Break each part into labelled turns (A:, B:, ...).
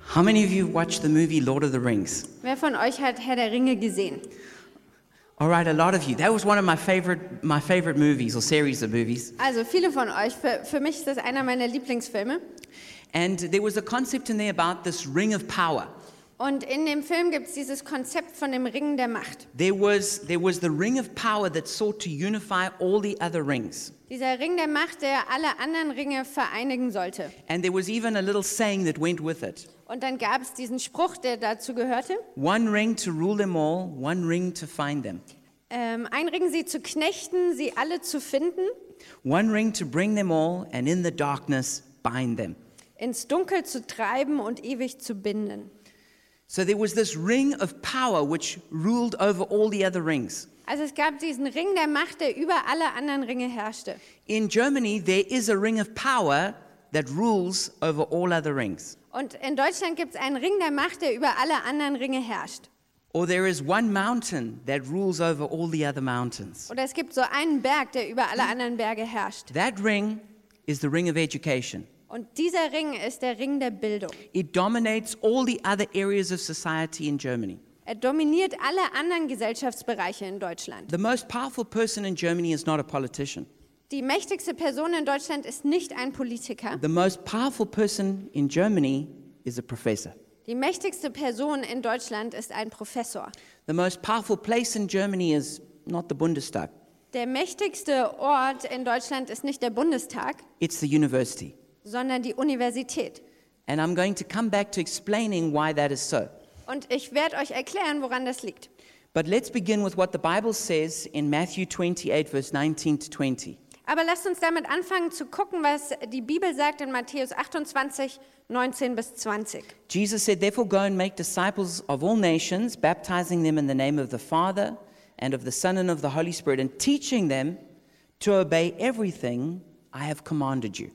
A: How many of you watched the movie Lord of the Rings?
B: Wer von euch hat Herr der Ringe gesehen?
A: All right, a lot of you. That was one of my favorite, my favorite movies or series of movies.
B: Also viele von euch. Für, für mich ist das einer meiner Lieblingsfilme.
A: And there was a concept in there about this ring of power.
B: Und in dem Film gibt es dieses Konzept von dem Ring der Macht.
A: There was, there was the ring of power that sought to unify all the other rings.
B: Dieser Ring der Macht, der alle anderen Ringe vereinigen sollte.
A: And there was even a little saying that went with it
B: Und dann gab es diesen Spruch, der dazu gehörte.
A: one ring to rule them all, one ring to find them,
B: Ähm, ein Ring, sie zu knechten, sie alle zu finden,
A: one ring to bring them all, and in the darkness bind them.
B: ins Dunkel zu treiben und ewig zu binden.
A: So there was this ring of power which ruled over all the other rings.
B: Also es gab diesen Ring der Macht, der über alle anderen Ringe herrschte.
A: In Germany, there is a ring of power that rules over all other rings.
B: Und in Deutschland gibt es einen Ring der Macht, der über alle anderen Ringe herrscht.
A: Or there is one mountain that rules over all the other mountains.
B: Oder es gibt so einen Berg, der über alle anderen Berge herrscht.
A: That ring is the ring of education.
B: Und dieser Ring ist der Ring der Bildung.
A: It dominates all the other areas of society in Germany.
B: Er dominiert alle anderen Gesellschaftsbereiche in Deutschland.
A: The most powerful person in Germany is not a politician.
B: Die mächtigste Person in Deutschland ist nicht ein Politiker.
A: The most powerful person in Germany is a professor.
B: Die mächtigste Person in Deutschland ist ein Professor.
A: The most powerful place in Germany is not the Bundestag,
B: Der mächtigste Ort in Deutschland ist nicht der Bundestag,
A: it's the university.
B: sondern die Universität.
A: And I'm going to come back to explaining why that is so.
B: Und ich werde euch erklären, woran das liegt.
A: But let's begin with what the Bible says in Matthew 28, verse 19 to 20.
B: Aber lasst uns damit anfangen zu gucken, was die Bibel sagt in Matthäus 28, 19 bis 20.
A: Jesus said, Therefore, go and make disciples of all nations, baptizing them in the name of the Father and of the Son and of the Holy Spirit, and teaching them to obey everything I have commanded you.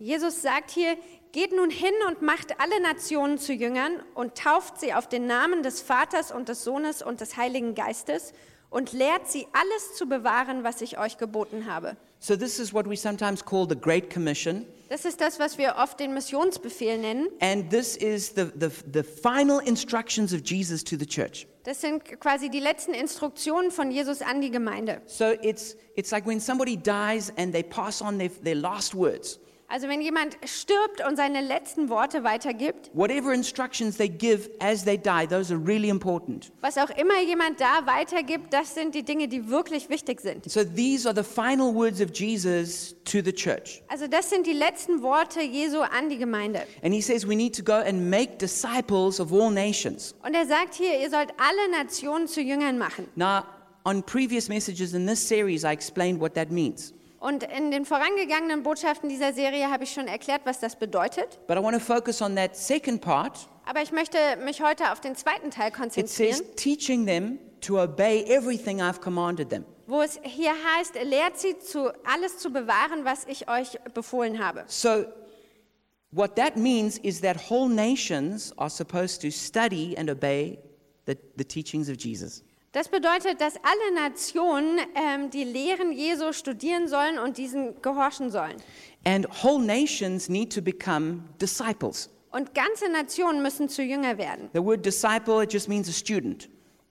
B: Jesus sagt hier, geht nun hin und macht alle Nationen zu Jüngern und tauft sie auf den Namen des Vaters und des Sohnes und des Heiligen Geistes und lehrt sie alles zu bewahren, was ich euch geboten habe.
A: So, this is what we sometimes call the Great Commission.
B: Das ist das, was wir oft den Missionsbefehl nennen.
A: And this is the, the, the final instructions of Jesus to the church.
B: Das sind quasi die letzten Instruktionen von Jesus an die Gemeinde.
A: So, it's, it's like when somebody dies and they pass on their, their last words.
B: Also wenn jemand stirbt und seine letzten Worte weitergibt,
A: Whatever instructions they give as they die, those are really important.
B: was auch immer jemand da weitergibt, das sind die Dinge, die wirklich wichtig sind.
A: So these are the final words of Jesus to the church.
B: Also das sind die letzten Worte Jesu an die Gemeinde.
A: And he says we need to go and make disciples of all nations.
B: Und er sagt hier, ihr sollt alle Nationen zu Jüngern machen.
A: Now, on previous messages in this series, I explained what that means.
B: Und in den vorangegangenen Botschaften dieser Serie habe ich schon erklärt, was das bedeutet.
A: But I want to focus on that second part.
B: Aber ich möchte mich heute auf den zweiten Teil
A: It says
B: konzentrieren,
A: teaching them to obey everything I've commanded them.
B: wo es hier heißt, lehrt sie zu alles zu bewahren, was ich euch befohlen habe.
A: So, what that means is that whole nations are supposed to study and obey the, the teachings of Jesus.
B: Das bedeutet, dass alle Nationen ähm, die Lehren Jesu studieren sollen und diesen gehorchen sollen.
A: And whole nations need to become disciples.
B: Und ganze Nationen müssen zu Jünger werden.
A: The word disciple, it just means a student.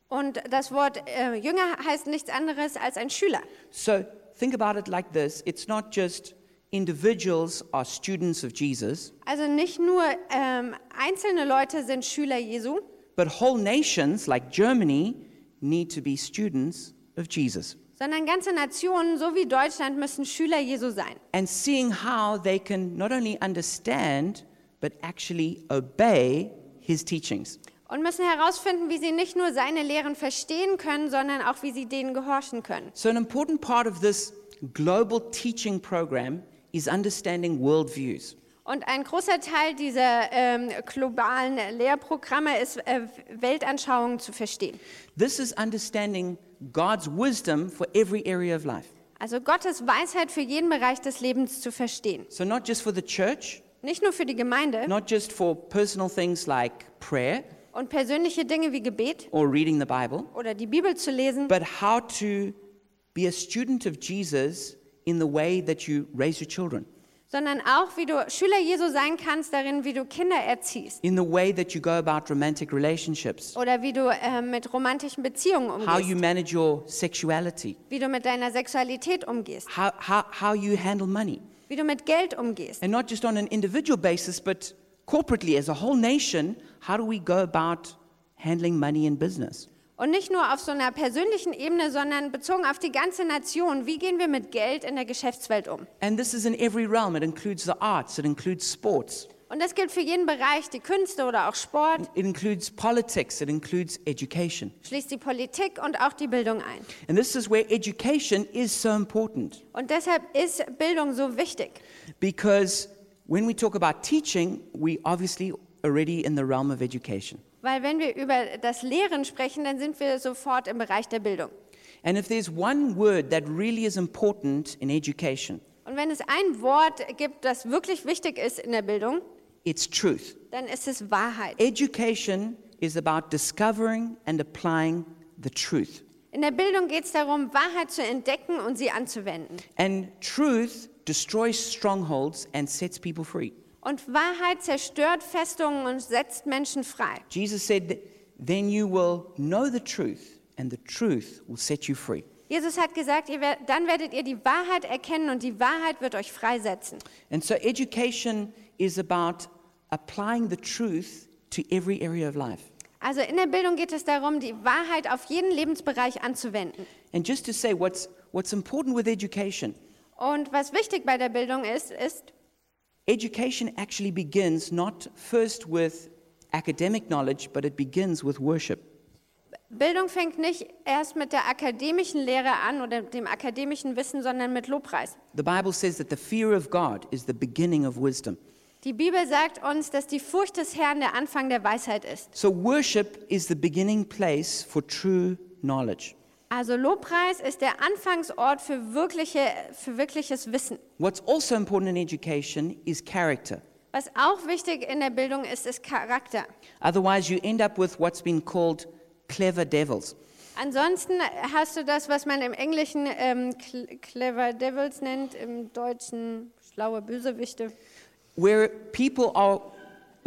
B: Und das Wort äh, Jünger heißt nichts anderes als ein Schüler.
A: So think about it like this it's not just individuals are students of Jesus,
B: Also nicht nur ähm, einzelne Leute sind Schüler Jesu,
A: but whole nations like Germany need to be students of Jesus.
B: sondern ganze Nationen, so wie Deutschland, müssen Schüler Jesu sein.
A: And seeing how they can not only understand, but actually obey his teachings.
B: Und müssen herausfinden, wie sie nicht nur seine Lehren verstehen können, sondern auch, wie sie denen gehorchen können.
A: So, an important part of this global teaching program is understanding worldviews.
B: Und ein großer Teil dieser ähm, globalen Lehrprogramme ist, äh, Weltanschauungen zu verstehen.
A: This is understanding God's wisdom for every area of life.
B: Also Gottes Weisheit für jeden Bereich des Lebens zu verstehen.
A: So, not just for the church,
B: Nicht nur für die Gemeinde
A: not just for personal things like prayer
B: und persönliche Dinge wie Gebet
A: or reading the Bible,
B: oder die Bibel zu lesen,
A: but how to be a student of Jesus in the way that you raise your children.
B: sondern auch, wie du Schüler Jesu sein kannst darin, wie du Kinder erziehst
A: in the way that you go about romantic relationships,
B: oder wie du äh, mit romantischen Beziehungen
A: how
B: umgehst,
A: you manage your sexuality,
B: wie du mit deiner Sexualität umgehst,
A: how, how, how you handle money.
B: wie du mit Geld umgehst.
A: And not just on an individual basis, but corporately as a whole nation, how do we go about handling money and business?
B: Und nicht nur auf so einer persönlichen Ebene, sondern bezogen auf die ganze Nation. Wie gehen wir mit Geld in der Geschäftswelt um?
A: And this is in every realm. It includes the arts, it includes sports,
B: Und das gilt für jeden Bereich, die Künste oder auch Sport,
A: it includes politics, it includes education.
B: schließt die Politik und auch die Bildung ein.
A: And this is where education is so important
B: Und deshalb ist Bildung so wichtig.
A: because when we talk about teaching, we obviously already in the realm of education.
B: Weil wenn wir über das Lehren sprechen, dann sind wir sofort im Bereich der Bildung.
A: And if there's one word that really is important in education,
B: Und wenn es ein Wort gibt, das wirklich wichtig ist in der Bildung,
A: it's truth.
B: dann ist es Wahrheit.
A: Education is about discovering and applying the truth.
B: In der Bildung geht es darum, Wahrheit zu entdecken und sie anzuwenden.
A: And truth destroys strongholds and sets people free.
B: Und Wahrheit zerstört Festungen und setzt Menschen frei.
A: Jesus said, Then you will know the truth, and the truth will set you free.
B: Jesus hat gesagt, ihr wer- dann werdet ihr die Wahrheit erkennen und die Wahrheit wird euch freisetzen.
A: And so, education is about applying the truth to every area of life.
B: Also in der Bildung geht es darum, die Wahrheit auf jeden Lebensbereich anzuwenden.
A: And just to say what's, what's important with education
B: Und was wichtig bei der Bildung ist, ist,
A: education actually begins not first with academic knowledge, but it begins with worship.
B: Bildung fängt nicht erst mit der akademischen Lehre an oder dem akademischen Wissen, sondern mit Lobpreis.
A: The Bible says that the fear of God is the beginning of wisdom.
B: Die Bibel sagt uns, dass die Furcht des Herrn der Anfang der Weisheit ist.
A: So, worship is the beginning place for true knowledge.
B: Also Lobpreis ist der Anfangsort für, wirkliche, für wirkliches Wissen.
A: What's also important in education is character.
B: Was auch wichtig in der Bildung ist, ist Charakter.
A: Otherwise, you end up with what's been called clever devils.
B: Ansonsten hast du das, was man im Englischen ähm, Cle- Clever Devils nennt, im Deutschen schlaue Bösewichte.
A: where people are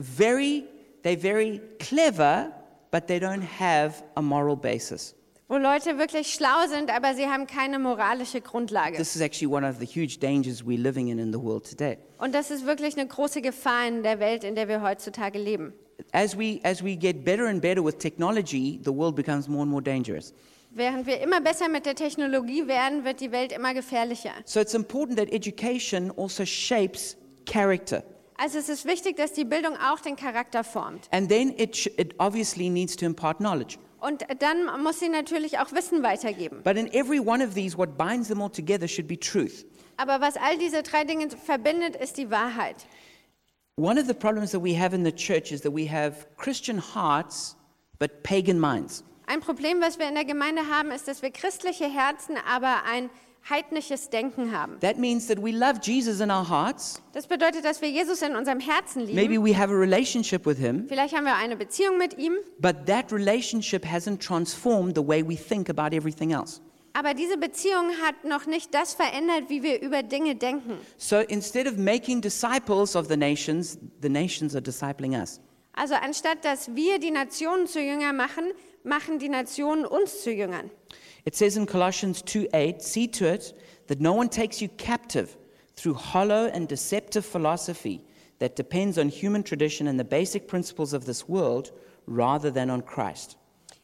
A: very they're very clever but they don't have a moral basis
B: Wo Leute wirklich schlau sind, aber sie haben keine moralische Grundlage.
A: this is actually one of the huge dangers we're living in in the world today
B: Und das ist wirklich eine große Gefahr in der Welt, in der wir heutzutage leben.
A: as we as we get better and better with technology the world becomes more and more dangerous
B: Während wir immer besser mit der Technologie werden, wird die Welt immer gefährlicher.
A: so it's important that education also shapes character
B: Also es ist wichtig, dass die Bildung auch den Charakter formt.
A: and then it, sh- it obviously needs to impart knowledge
B: Und dann muss sie natürlich auch Wissen weitergeben.
A: but in every one of these what binds them all together should be truth
B: Aber was all diese drei Dinge verbindet, ist die Wahrheit.
A: One of the problems that we have in the church is that we have Christian hearts but pagan minds.
B: Ein Problem, was wir in der Gemeinde haben, ist, dass wir christliche Herzen, aber ein heidnisches Denken haben.
A: That means that we love Jesus in our hearts.
B: Das bedeutet, dass wir Jesus in unserem Herzen lieben.
A: Maybe we have a relationship with him,
B: Vielleicht haben wir eine Beziehung mit ihm,
A: but that relationship hasn't transformed the way we think about everything else.
B: aber diese Beziehung hat noch nicht das verändert, wie wir über Dinge denken.
A: So instead of making disciples of the nations, the nations are discipling us.
B: Also anstatt dass wir die Nationen zu Jünger machen, machen die Nationen uns zu Jüngern.
A: It says in Colossians 2:8, see to it that no one takes you captive through hollow and deceptive philosophy that depends on human tradition and the basic principles of this world rather than on Christ.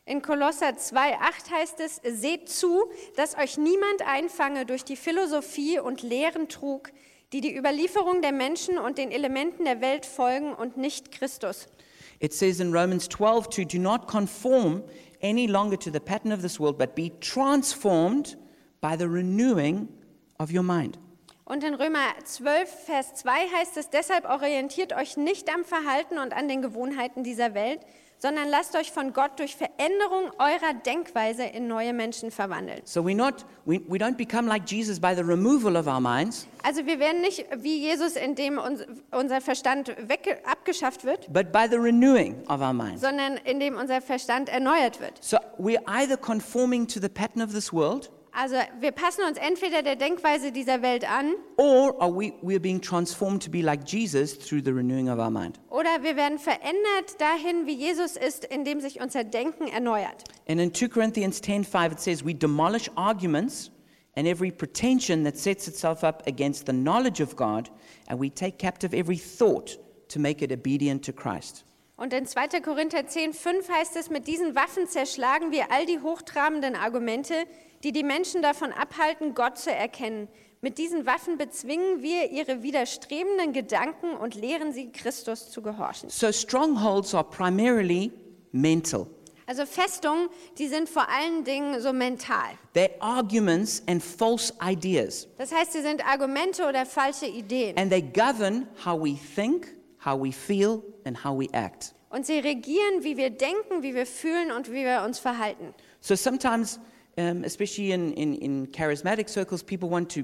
B: In Kolosser 2,8 heißt es: Seht zu, dass euch niemand einfange durch die Philosophie und Lehren trug, die die Überlieferung der Menschen und den Elementen der Welt folgen und nicht Christus.
A: It says in Romans 12:2, do not conform any longer to the pattern of this world but be transformed by the renewing of your mind.
B: Und in Römer 12, Vers 2 heißt es: Deshalb orientiert euch nicht am Verhalten und an den Gewohnheiten dieser Welt, sondern lasst euch von Gott durch Veränderung eurer Denkweise in neue Menschen verwandeln.
A: So we're not, we, we don't become like Jesus by the removal of our minds,
B: Also wir werden nicht wie Jesus, indem uns, unser Verstand weg, abgeschafft wird,
A: but by the renewing of our minds.
B: sondern indem unser Verstand erneuert wird.
A: So we're either conforming to the pattern of this world
B: Also wir passen uns entweder der Denkweise dieser Welt an
A: or are we, we are being transformed to be like Jesus through the renewing of our mind.
B: oder wir werden verändert dahin, wie Jesus ist, indem sich unser Denken erneuert.
A: And in 2 Corinthians 10:5 it says, "We demolish arguments and every pretension that sets itself up against the knowledge of God, and we take captive every thought to make it obedient to Christ."
B: Und in 2. Korinther 10, 5 heißt es, mit diesen Waffen zerschlagen wir all die hochtrabenden Argumente, die die Menschen davon abhalten, Gott zu erkennen. Mit diesen Waffen bezwingen wir ihre widerstrebenden Gedanken und lehren sie, Christus zu gehorchen.
A: So strongholds are primarily mental.
B: Also Festungen, die sind vor allen Dingen so mental.
A: They're arguments and false ideas,
B: Das heißt, sie sind Argumente oder falsche Ideen.
A: and they govern how we think, how we feel, and how we act.
B: Und sie regieren, wie wir denken, wie wir fühlen und wie wir uns verhalten.
A: So sometimes, um, especially in, in, in charismatic circles, people want to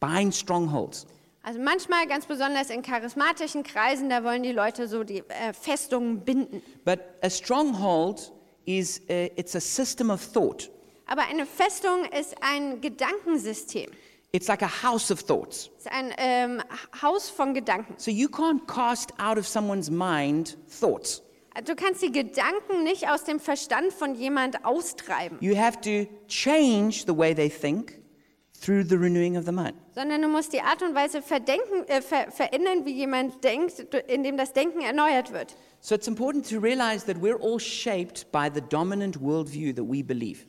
A: bind strongholds.
B: Also manchmal, ganz besonders in charismatischen Kreisen, da wollen die Leute so die äh, Festungen binden.
A: But a stronghold is a, it's a system of thought.
B: Aber eine Festung ist ein Gedankensystem,
A: It's like a house of thoughts.
B: ist ein ähm, Haus von Gedanken.
A: So you can't cast out of someone's mind thoughts.
B: Also du kannst die Gedanken nicht aus dem Verstand von jemand austreiben,
A: You have to change the way they think through the renewing of the mind.
B: sondern du musst die Art und Weise verdenken, äh, ver verändern, wie jemand denkt, du- indem das Denken erneuert wird.
A: So it's important to realize that we're all shaped by the dominant worldview that we believe.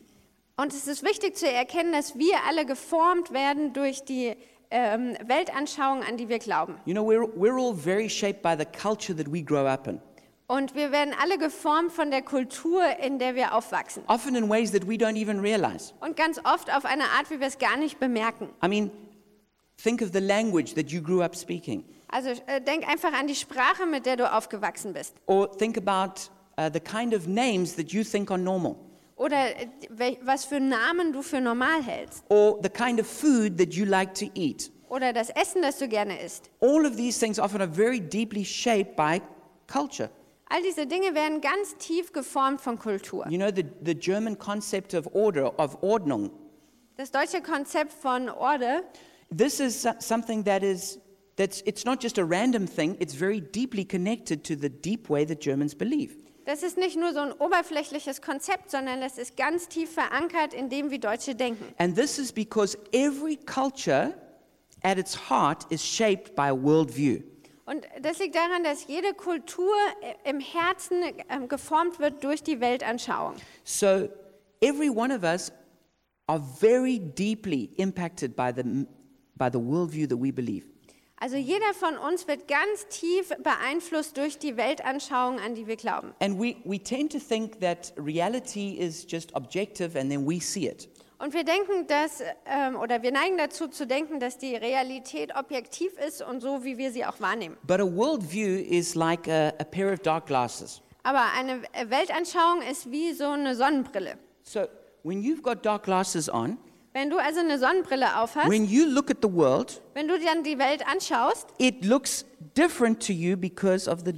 B: Und es ist wichtig zu erkennen, dass wir alle geformt werden durch die ähm, Weltanschauung, an die wir glauben.
A: You know, we're, we're all very shaped by the culture that we grow up in,
B: Und wir werden alle geformt von der Kultur, in der wir aufwachsen.
A: often in ways that we don't even realize.
B: Und ganz oft auf eine Art, wie wir es gar nicht bemerken.
A: I mean, think of the language that you grew up speaking.
B: Also äh, denk einfach an die Sprache, mit der du aufgewachsen bist.
A: Or think about uh, the kind of names that you think are normal,
B: Oder äh, wel- was für Namen du für normal hältst.
A: or the kind of food that you like to eat.
B: Oder das Essen, das du gerne isst.
A: All of these things often are very deeply shaped by culture.
B: All diese Dinge werden ganz tief geformt von Kultur.
A: You know, the, the German concept of order, of Ordnung,
B: Das deutsche Konzept von Orde,
A: this is so- something that is, that's, it's not just a random thing, it's very deeply connected to the deep way that Germans believe.
B: das ist nicht nur so ein oberflächliches Konzept, sondern das ist ganz tief verankert in dem, wie Deutsche denken.
A: And this is because every culture at its heart is shaped by a worldview.
B: Und das liegt daran, dass jede Kultur äh, im Herzen äh, geformt wird durch die Weltanschauung.
A: So every one of us are very deeply impacted by the, by the worldview that we believe.
B: Also jeder von uns wird ganz tief beeinflusst durch die Weltanschauung, an die wir glauben.
A: And we, we tend to think that reality is just objective and then we see it.
B: Und wir denken, dass, ähm, oder wir neigen dazu zu denken, dass die Realität objektiv ist und so, wie wir sie auch wahrnehmen.
A: But a worldview is like a, a pair of dark glasses.
B: Aber eine Weltanschauung ist wie so eine Sonnenbrille.
A: So when you've got dark glasses on,
B: Wenn du also eine Sonnenbrille aufhast,
A: when you look at the world,
B: wenn du dir dann die Welt anschaust,
A: it looks different to you because of the,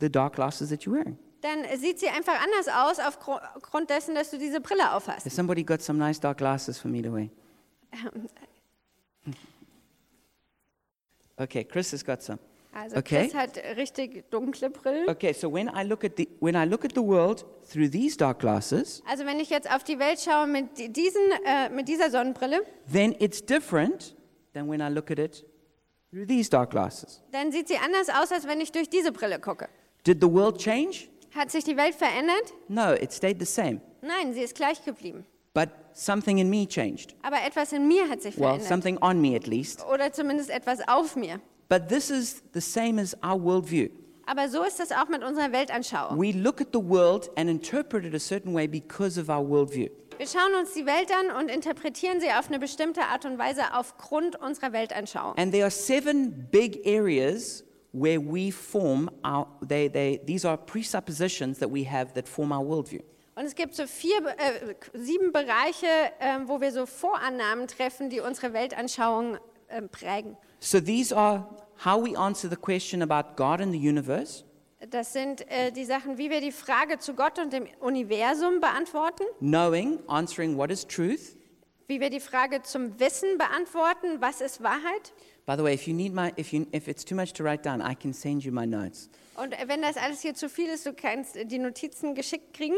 A: the dark glasses that you're wearing.
B: dann sieht sie einfach anders aus aufgru- aufgrund dessen, dass du diese Brille aufhast.
A: Has somebody got some nice dark glasses for me to wear? Okay, Chris has got some.
B: Also
A: Okay.
B: Chris hat richtig dunkle Brillen.
A: Okay, so when I look at the when I look at the world through these dark glasses,
B: Also wenn ich jetzt auf die Welt schaue mit, di- diesen, äh, mit dieser Sonnenbrille,
A: then it's different than when I look at it through these dark glasses.
B: dann sieht sie anders aus, als wenn ich durch diese Brille gucke.
A: Did the world change?
B: Hat sich die Welt verändert?
A: No, it stayed the same.
B: Nein, sie ist gleich geblieben.
A: But something in me changed.
B: Aber etwas in mir hat sich
A: Well,
B: verändert.
A: something on me at least.
B: Oder zumindest etwas auf mir.
A: But this is the same as our worldview.
B: Aber so ist das auch mit unserer Weltanschauung.
A: We look at the world and interpret it a certain way because of our worldview.
B: Wir schauen uns die Welt an und interpretieren sie auf eine bestimmte Art und Weise aufgrund unserer Weltanschauung.
A: And there are seven big areas where we form our, they, they, these are presuppositions that we have that form our worldview.
B: Und es gibt so vier, äh, sieben Bereiche, ähm, wo wir so Vorannahmen treffen, die unsere Weltanschauung ähm, prägen.
A: So these are how we answer the question about God and the universe,
B: Das sind äh, die Sachen, wie wir die Frage zu Gott und dem Universum beantworten,
A: knowing, answering what is truth,
B: Wie wir die Frage zum Wissen beantworten, was ist Wahrheit?
A: By the way, if you need my, if you, if it's too much to write down, I can send you my notes.
B: Und äh, wenn das alles hier zu viel ist, du kannst die Notizen geschickt kriegen.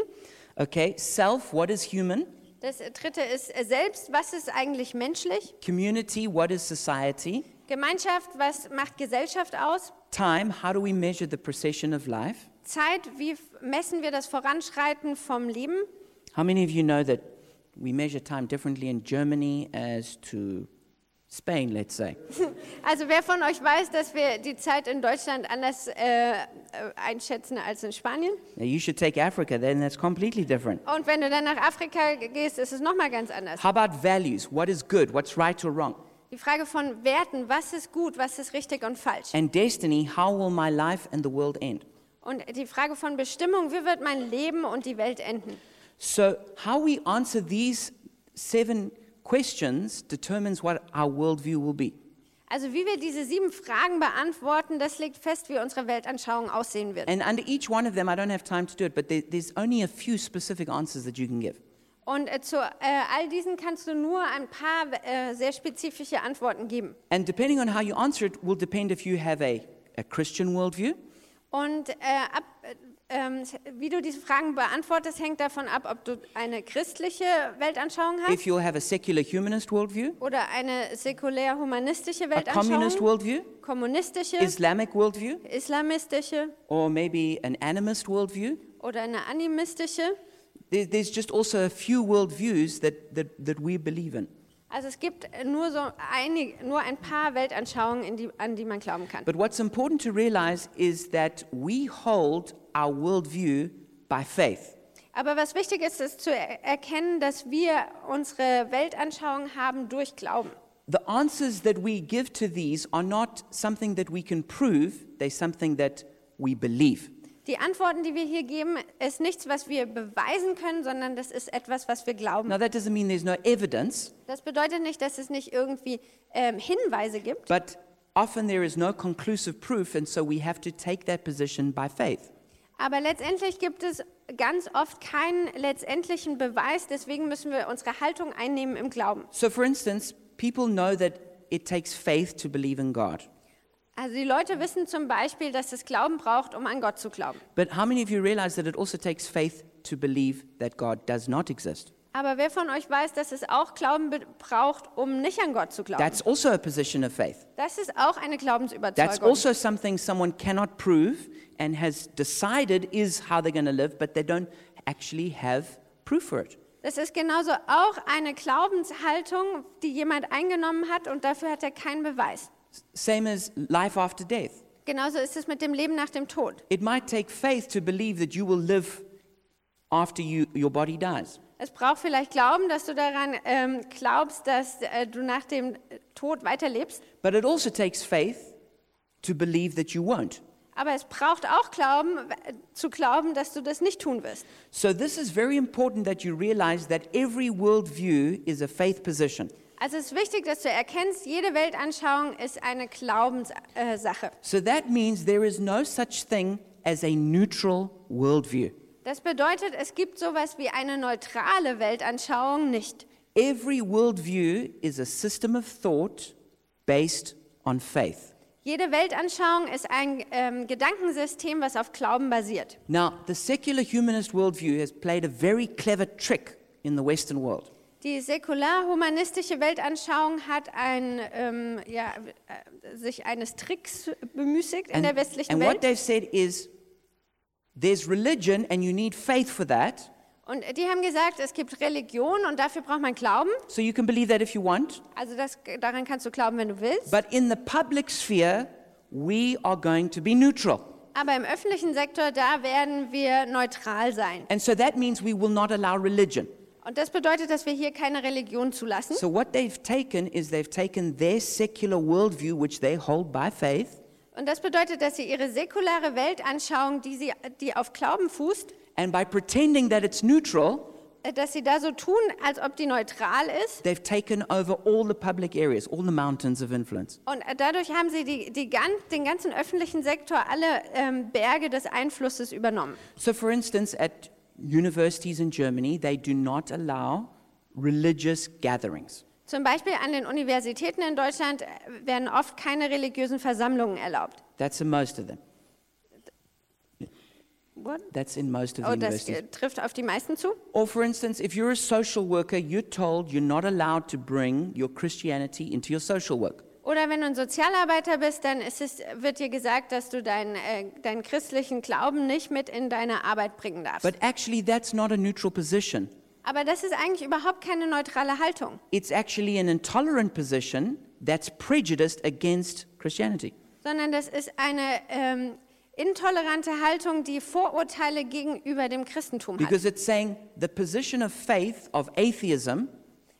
A: Okay, self, what is human?
B: Das dritte ist äh, selbst, was ist eigentlich menschlich?
A: Community, what is society?
B: Gemeinschaft, was macht Gesellschaft aus?
A: Time, how do we measure the procession of life?
B: Zeit, wie f- messen wir das Voranschreiten vom Leben?
A: How many of you know that we measure time differently in Germany as to Spain, let's say?
B: Also wer von euch weiß, dass wir die Zeit in Deutschland anders äh, äh, einschätzen als in Spanien?
A: Now you should take Africa, then that's completely different.
B: Und wenn du dann nach Afrika g- gehst, ist es nochmal ganz anders.
A: How about values? What is good? What's right or wrong?
B: Die Frage von Werten, was ist gut, was ist richtig und falsch?
A: And destiny, how will my life and the world end?
B: Und die Frage von Bestimmung, wie wird mein Leben und die Welt enden?
A: So, how we answer these seven questions determines what our worldview will be.
B: Also wie wir diese sieben Fragen beantworten, das legt fest, wie unsere Weltanschauung aussehen wird.
A: And under each one of them, I don't have time to do it, but there, there's only a few specific answers that you can give.
B: Und äh, zu äh, all diesen kannst du nur ein paar äh, sehr spezifische Antworten geben.
A: And depending on how you answer it, will depend if you have a, a Christian worldview,
B: Und äh, ab, äh, ähm, wie du diese Fragen beantwortest, hängt davon ab, ob du eine christliche Weltanschauung hast
A: if you'll have a secular humanist worldview,
B: oder eine säkulär-humanistische
A: a communist
B: Weltanschauung,
A: worldview,
B: kommunistische,
A: Islamic worldview,
B: islamistische
A: or maybe an animist worldview.
B: oder eine animistische.
A: There, there's just also a few worldviews that, that, that we believe in.
B: Also es gibt äh, nur, so einig, nur ein paar Weltanschauungen, in die, an die man glauben kann.
A: But what's important to realize is that we hold our worldview by faith.
B: Aber was wichtig ist, ist zu er erkennen, dass wir unsere Weltanschauung haben durch Glauben.
A: The answers that we give to these are not something that we can prove, they're something that we believe.
B: Die Antworten, die wir hier geben, ist nichts, was wir beweisen können, sondern das ist etwas, was wir glauben.
A: Now, that doesn't mean there's no evidence,
B: Das bedeutet nicht, dass es nicht irgendwie ähm, Hinweise gibt,
A: but often there is no conclusive proof, and so we have to take that position by faith.
B: aber letztendlich gibt es ganz oft keinen letztendlichen Beweis, deswegen müssen wir unsere Haltung einnehmen im Glauben.
A: So, for instance, people know that it takes faith to believe in God.
B: Also die Leute wissen zum Beispiel, dass es Glauben braucht, um an Gott zu glauben.
A: But how many of you realize that it also takes faith to believe that God does not exist?
B: Aber wer von euch weiß, dass es auch Glauben be- braucht, um nicht an Gott zu glauben?
A: That's also a position of faith.
B: Das ist auch eine
A: That's
B: Glaubensüberzeugung.
A: also something someone cannot prove and has decided is how they're going to live, but they don't actually have proof for it.
B: das ist genauso auch eine Glaubenshaltung, die jemand eingenommen hat und dafür hat er keinen Beweis.
A: Same as life after death.
B: Genauso ist es mit dem Leben nach dem Tod.
A: It might take faith to believe that you will live after you, your body dies.
B: Es braucht vielleicht Glauben, dass du daran ähm, glaubst, dass äh, du nach dem Tod weiterlebst.
A: But it also takes faith to believe that you won't.
B: Aber es braucht auch Glauben, äh, zu glauben, dass du das nicht tun wirst.
A: So, this is very important that you realize that every worldview is a faith position.
B: Also es ist wichtig, dass du erkennst, jede Weltanschauung ist eine Glaubenssache. Äh, Sache.
A: So, that means there is no such thing as a neutral worldview.
B: das bedeutet, es gibt sowas wie eine neutrale Weltanschauung nicht.
A: Every worldview is a system of thought based on faith.
B: Jede Weltanschauung ist ein ähm, Gedankensystem, was auf Glauben basiert.
A: Now, the secular humanist worldview has played a very clever trick in the Western world.
B: Die säkular-humanistische Weltanschauung hat ein, ähm, ja, äh, sich eines Tricks bemüßigt in
A: And,
B: der westlichen
A: and what
B: Welt.
A: they've said is there's religion and you need faith for that.
B: Und die haben gesagt, es gibt Religion und dafür braucht man Glauben.
A: So you can believe that if you want.
B: Also das, daran kannst du glauben, wenn du willst.
A: But in the public sphere, we are going to be neutral.
B: Aber im öffentlichen Sektor, da werden wir neutral sein.
A: And so that means we will not allow religion.
B: Und das bedeutet, dass wir hier keine Religion zulassen.
A: So what they've taken is they've taken their secular worldview, which they hold by faith,
B: Und das bedeutet, dass sie ihre säkulare Weltanschauung, die, sie, die auf Glauben fußt,
A: And by pretending that it's neutral,
B: äh, dass sie da so tun, als ob die neutral ist.
A: they've taken over all the public areas, all the mountains of influence.
B: Und äh, dadurch haben sie die, die gan den ganzen öffentlichen Sektor, alle ähm, Berge des Einflusses übernommen.
A: So, for instance, at universities in Germany, they do not allow religious gatherings.
B: Zum Beispiel an den Universitäten in Deutschland äh, werden oft keine religiösen Versammlungen erlaubt.
A: That's in most of them.
B: What?
A: That's in most of the
B: Oh, das
A: universities.
B: äh, trifft auf die meisten zu.
A: Or, for instance, if you're a social worker, you're told you're not allowed to bring your Christianity into your social work.
B: Oder wenn du ein Sozialarbeiter bist, dann ist es, wird dir gesagt, dass du deinen, äh, deinen christlichen Glauben nicht mit in deine Arbeit bringen darfst.
A: But actually, that's not a neutral position.
B: Aber das ist eigentlich überhaupt keine neutrale Haltung,
A: It's actually an intolerant position that's prejudiced against Christianity.
B: sondern das ist eine ähm, intolerante Haltung, die Vorurteile gegenüber dem Christentum hat.
A: Because it's saying the position of faith, of atheism,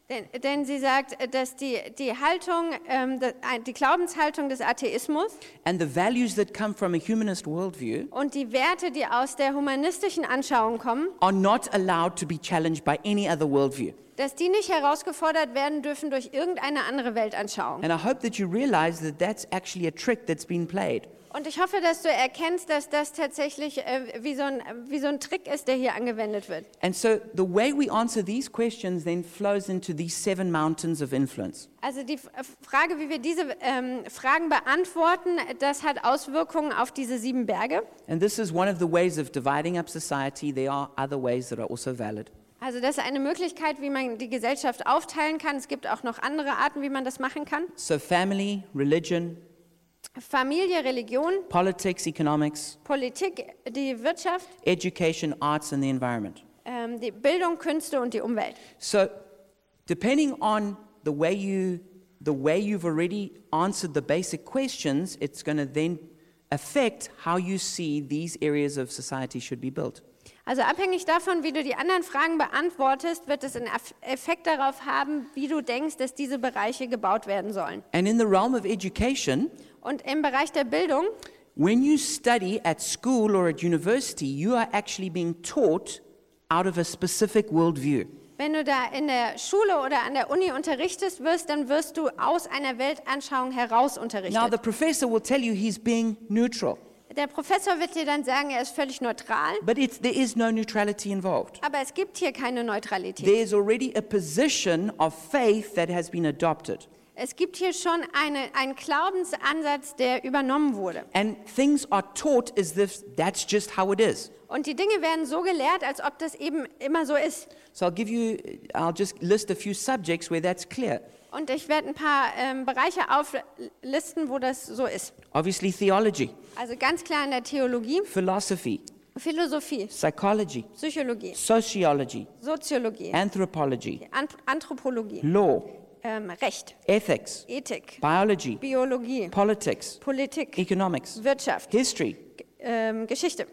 B: Denn, denn sie sagt, äh, dass die, die Haltung, ähm, de- ein- die Glaubenshaltung des Atheismus
A: and the values that come from a humanist worldview
B: und die Werte, die aus der humanistischen Anschauung kommen,
A: are not allowed to be challenged by any other worldview.
B: dass die nicht herausgefordert werden dürfen durch irgendeine andere Weltanschauung.
A: And I hope that you realize that that's actually a trick that's been played.
B: Und ich hoffe, dass du erkennst, dass das tatsächlich äh, wie, so ein, wie so ein Trick ist, der hier angewendet wird.
A: And so the way we answer these questions then flows into these seven mountains of influence.
B: Also die F- Frage, wie wir diese ähm, Fragen beantworten, das hat Auswirkungen auf diese sieben Berge.
A: And this is one of the ways of dividing up society. There are other ways that are also valid.
B: Also das ist eine Möglichkeit, wie man die Gesellschaft aufteilen kann. Es gibt auch noch andere Arten, wie man das machen kann.
A: So family, religion,
B: Familie, Religion,
A: politics, economics,
B: Politik, die Wirtschaft,
A: education, arts, and the environment.
B: ähm, die Bildung, Künste und die Umwelt.
A: So depending on the way you the way you've already answered the basic questions, it's going to then affect how you see these areas of society should be built.
B: Also abhängig davon, wie du die anderen Fragen beantwortest, wird es einen Aff- Effekt darauf haben, wie du denkst, dass diese Bereiche gebaut werden sollen.
A: And in the realm of education,
B: Und im Bereich der Bildung,
A: When you study at school or at university, you are actually being taught out of a specific worldview.
B: wenn du da in der Schule oder an der Uni unterrichtet wirst, dann wirst du aus einer Weltanschauung heraus
A: Now, the
B: unterrichtet.
A: professor will tell you he's being neutral,
B: Der Professor wird dir dann sagen, er ist völlig neutral,
A: but it's, there is no neutrality involved.
B: aber es gibt hier keine Neutralität.
A: There's already a position of faith that has been adopted,
B: Es gibt hier schon eine, einen Glaubensansatz, der übernommen wurde.
A: and things are taught as if that's just how it is.
B: Und die Dinge werden so gelehrt, als ob das eben immer so ist.
A: So, I'll give you, I'll just list a few subjects where that's clear.
B: Und ich werde ein paar ähm, Bereiche auflisten, wo das so ist.
A: Obviously, theology,
B: Also ganz klar in der Theologie,
A: philosophy,
B: Philosophie,
A: psychology,
B: Psychologie,
A: sociology,
B: Soziologie,
A: anthropology,
B: Anth Anthropologie,
A: law,
B: ähm, Recht,
A: ethics,
B: Ethik,
A: biology,
B: Biologie,
A: politics,
B: Politik,
A: economics,
B: Wirtschaft,
A: history,
B: g- ähm, Geschichte,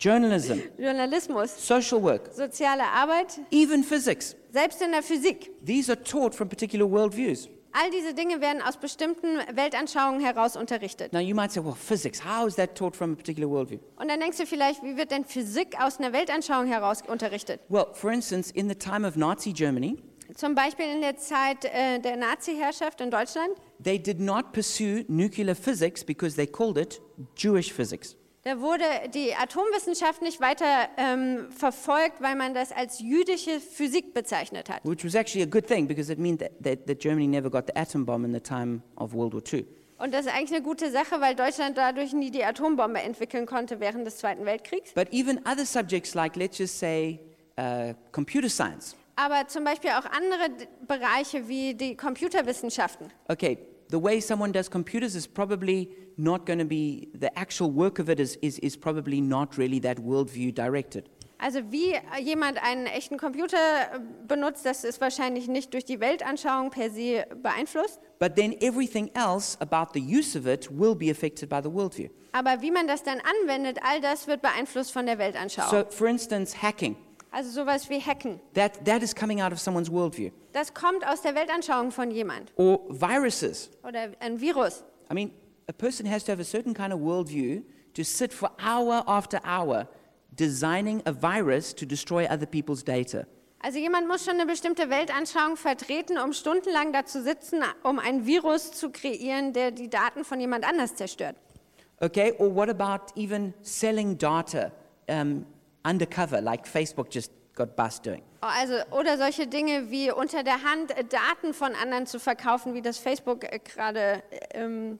A: journalism,
B: Journalismus,
A: social work,
B: soziale Arbeit,
A: even physics.
B: selbst in der Physik.
A: These are taught from particular worldviews.
B: All diese Dinge werden aus bestimmten Weltanschauungen heraus unterrichtet.
A: Now you might say, well, physics, how is that taught from a particular worldview?
B: Und dann denkst du vielleicht, wie wird denn Physik aus einer Weltanschauung heraus unterrichtet?
A: Well, for instance, in the time of Nazi Germany,
B: Zum Beispiel in der Zeit äh, der Nazi-Herrschaft in Deutschland,
A: they did not pursue nuclear physics because they called it Jewish physics.
B: da wurde die Atomwissenschaft nicht weiter ähm, verfolgt, weil man das als jüdische Physik bezeichnet hat.
A: Which was actually a good thing because it meant that, that, that Germany never got the atom bomb in the time of World War II.
B: Und das ist eigentlich eine gute Sache, weil Deutschland dadurch nie die Atombombe entwickeln konnte während des Zweiten Weltkriegs.
A: But even other subjects, like let's just say uh, computer science,
B: Aber zum Beispiel auch andere D- Bereiche wie die Computerwissenschaften.
A: okay, the way someone does computers is probably not going to be, the actual work of it is, is, is probably not really that worldview directed.
B: Also wie äh, jemand einen echten Computer äh, benutzt, das ist wahrscheinlich nicht durch die Weltanschauung per se beeinflusst.
A: But then everything else about the use of it will be affected by the worldview.
B: Aber wie man das dann anwendet, all das wird beeinflusst von der Weltanschauung.
A: So, for instance, hacking,
B: also sowas wie Hacken.
A: that, that is coming out of someone's worldview.
B: Das kommt aus der Weltanschauung von jemand
A: Or viruses.
B: oder ein Virus.
A: I mean, a person has to have a certain kind of worldview to sit for hour after hour designing a virus to destroy other people's data.
B: Also jemand muss schon eine bestimmte Weltanschauung vertreten, um stundenlang da zu sitzen, um ein Virus zu kreieren, der die Daten von jemand anders zerstört.
A: Okay, or what about even selling data um, undercover, like Facebook just got bus doing.
B: Also, oder solche Dinge wie unter der Hand äh, Daten von anderen zu verkaufen, wie das Facebook äh, gerade äh, ähm,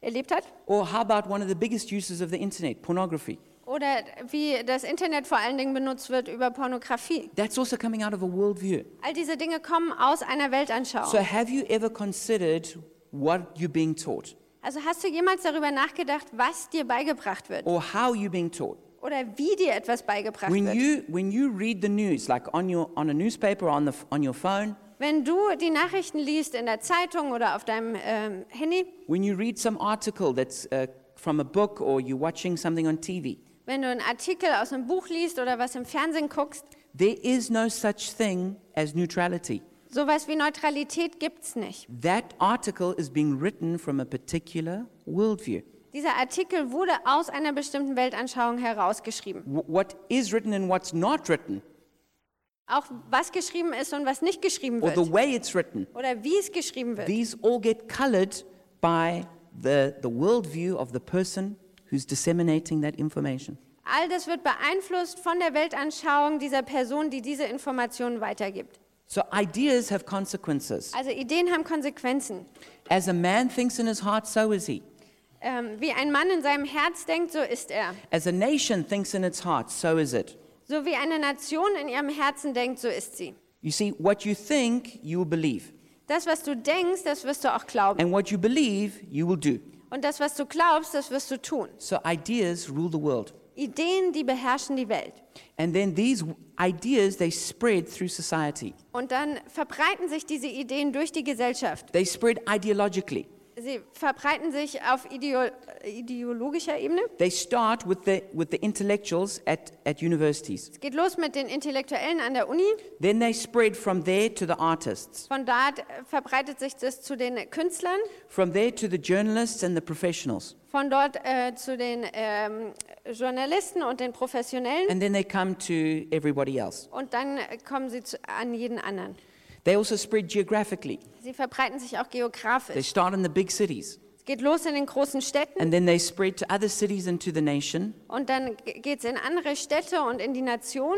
B: erlebt hat.
A: Or how about one of the biggest uses of the internet, pornography?
B: Oder wie das Internet vor allen Dingen benutzt wird über Pornografie.
A: That's also coming out of a worldview.
B: All diese Dinge kommen aus einer Weltanschauung.
A: So, have you ever considered what you're being taught
B: Also hast du jemals darüber nachgedacht, was dir beigebracht wird
A: or how you're being taught?
B: oder wie dir etwas beigebracht
A: When
B: wird?
A: you, when you read the news, like on, your, on a newspaper or on, the, f- on your phone,
B: Wenn du die Nachrichten liest in der Zeitung oder auf deinem ähm, Handy,
A: when you read some article that's uh, from a book or you're watching something on TV,
B: wenn du einen Artikel aus einem Buch liest oder was im Fernsehen guckst,
A: there is no such thing as neutrality.
B: sowas wie Neutralität gibt's nicht.
A: That article is being written from a particular worldview.
B: Dieser Artikel wurde aus einer bestimmten Weltanschauung herausgeschrieben.
A: W- what is written and what's not written,
B: Auch was geschrieben ist und was nicht geschrieben
A: or the
B: wird
A: way it's written,
B: oder wie es geschrieben wird.
A: these all get colored by the, the worldview of the person who's disseminating that information.
B: All das wird beeinflusst von der Weltanschauung dieser Person, die diese Informationen weitergibt.
A: So ideas have consequences.
B: Also Ideen haben Konsequenzen.
A: As a man thinks in his heart, so is he.
B: Ähm, wie ein Mann in seinem Herz denkt, so ist er.
A: As a nation thinks in its heart, so is it.
B: So wie eine Nation in ihrem Herzen denkt, so ist sie.
A: You see, what you think, you will believe.
B: Das, was du denkst, das wirst du auch glauben.
A: And what you believe, you will do.
B: Und das, was du glaubst, das wirst du tun.
A: So ideas rule the world.
B: Ideen, die beherrschen die Welt.
A: And then these w- ideas, they spread through society.
B: Und dann verbreiten sich diese Ideen durch die Gesellschaft.
A: They spread ideologically.
B: Sie verbreiten sich auf ideo ideologischer Ebene.
A: They start with the, with the intellectuals at, at universities.
B: Es geht los mit den Intellektuellen an der Uni.
A: Then they spread from there to the artists,
B: Von da äh, verbreitet sich das zu den Künstlern.
A: from there to the journalists and the professionals.
B: Von dort äh, zu den ähm, Journalisten und den Professionellen.
A: And then they come to everybody else.
B: Und dann äh, kommen sie zu, an jeden anderen.
A: They also spread geographically.
B: Sie verbreiten sich auch
A: They
B: geografisch.
A: start in the big cities.
B: Es geht los in den großen Städten
A: And then they spread to other cities and to the nation.
B: und dann geht es in andere Städte und in die Nation.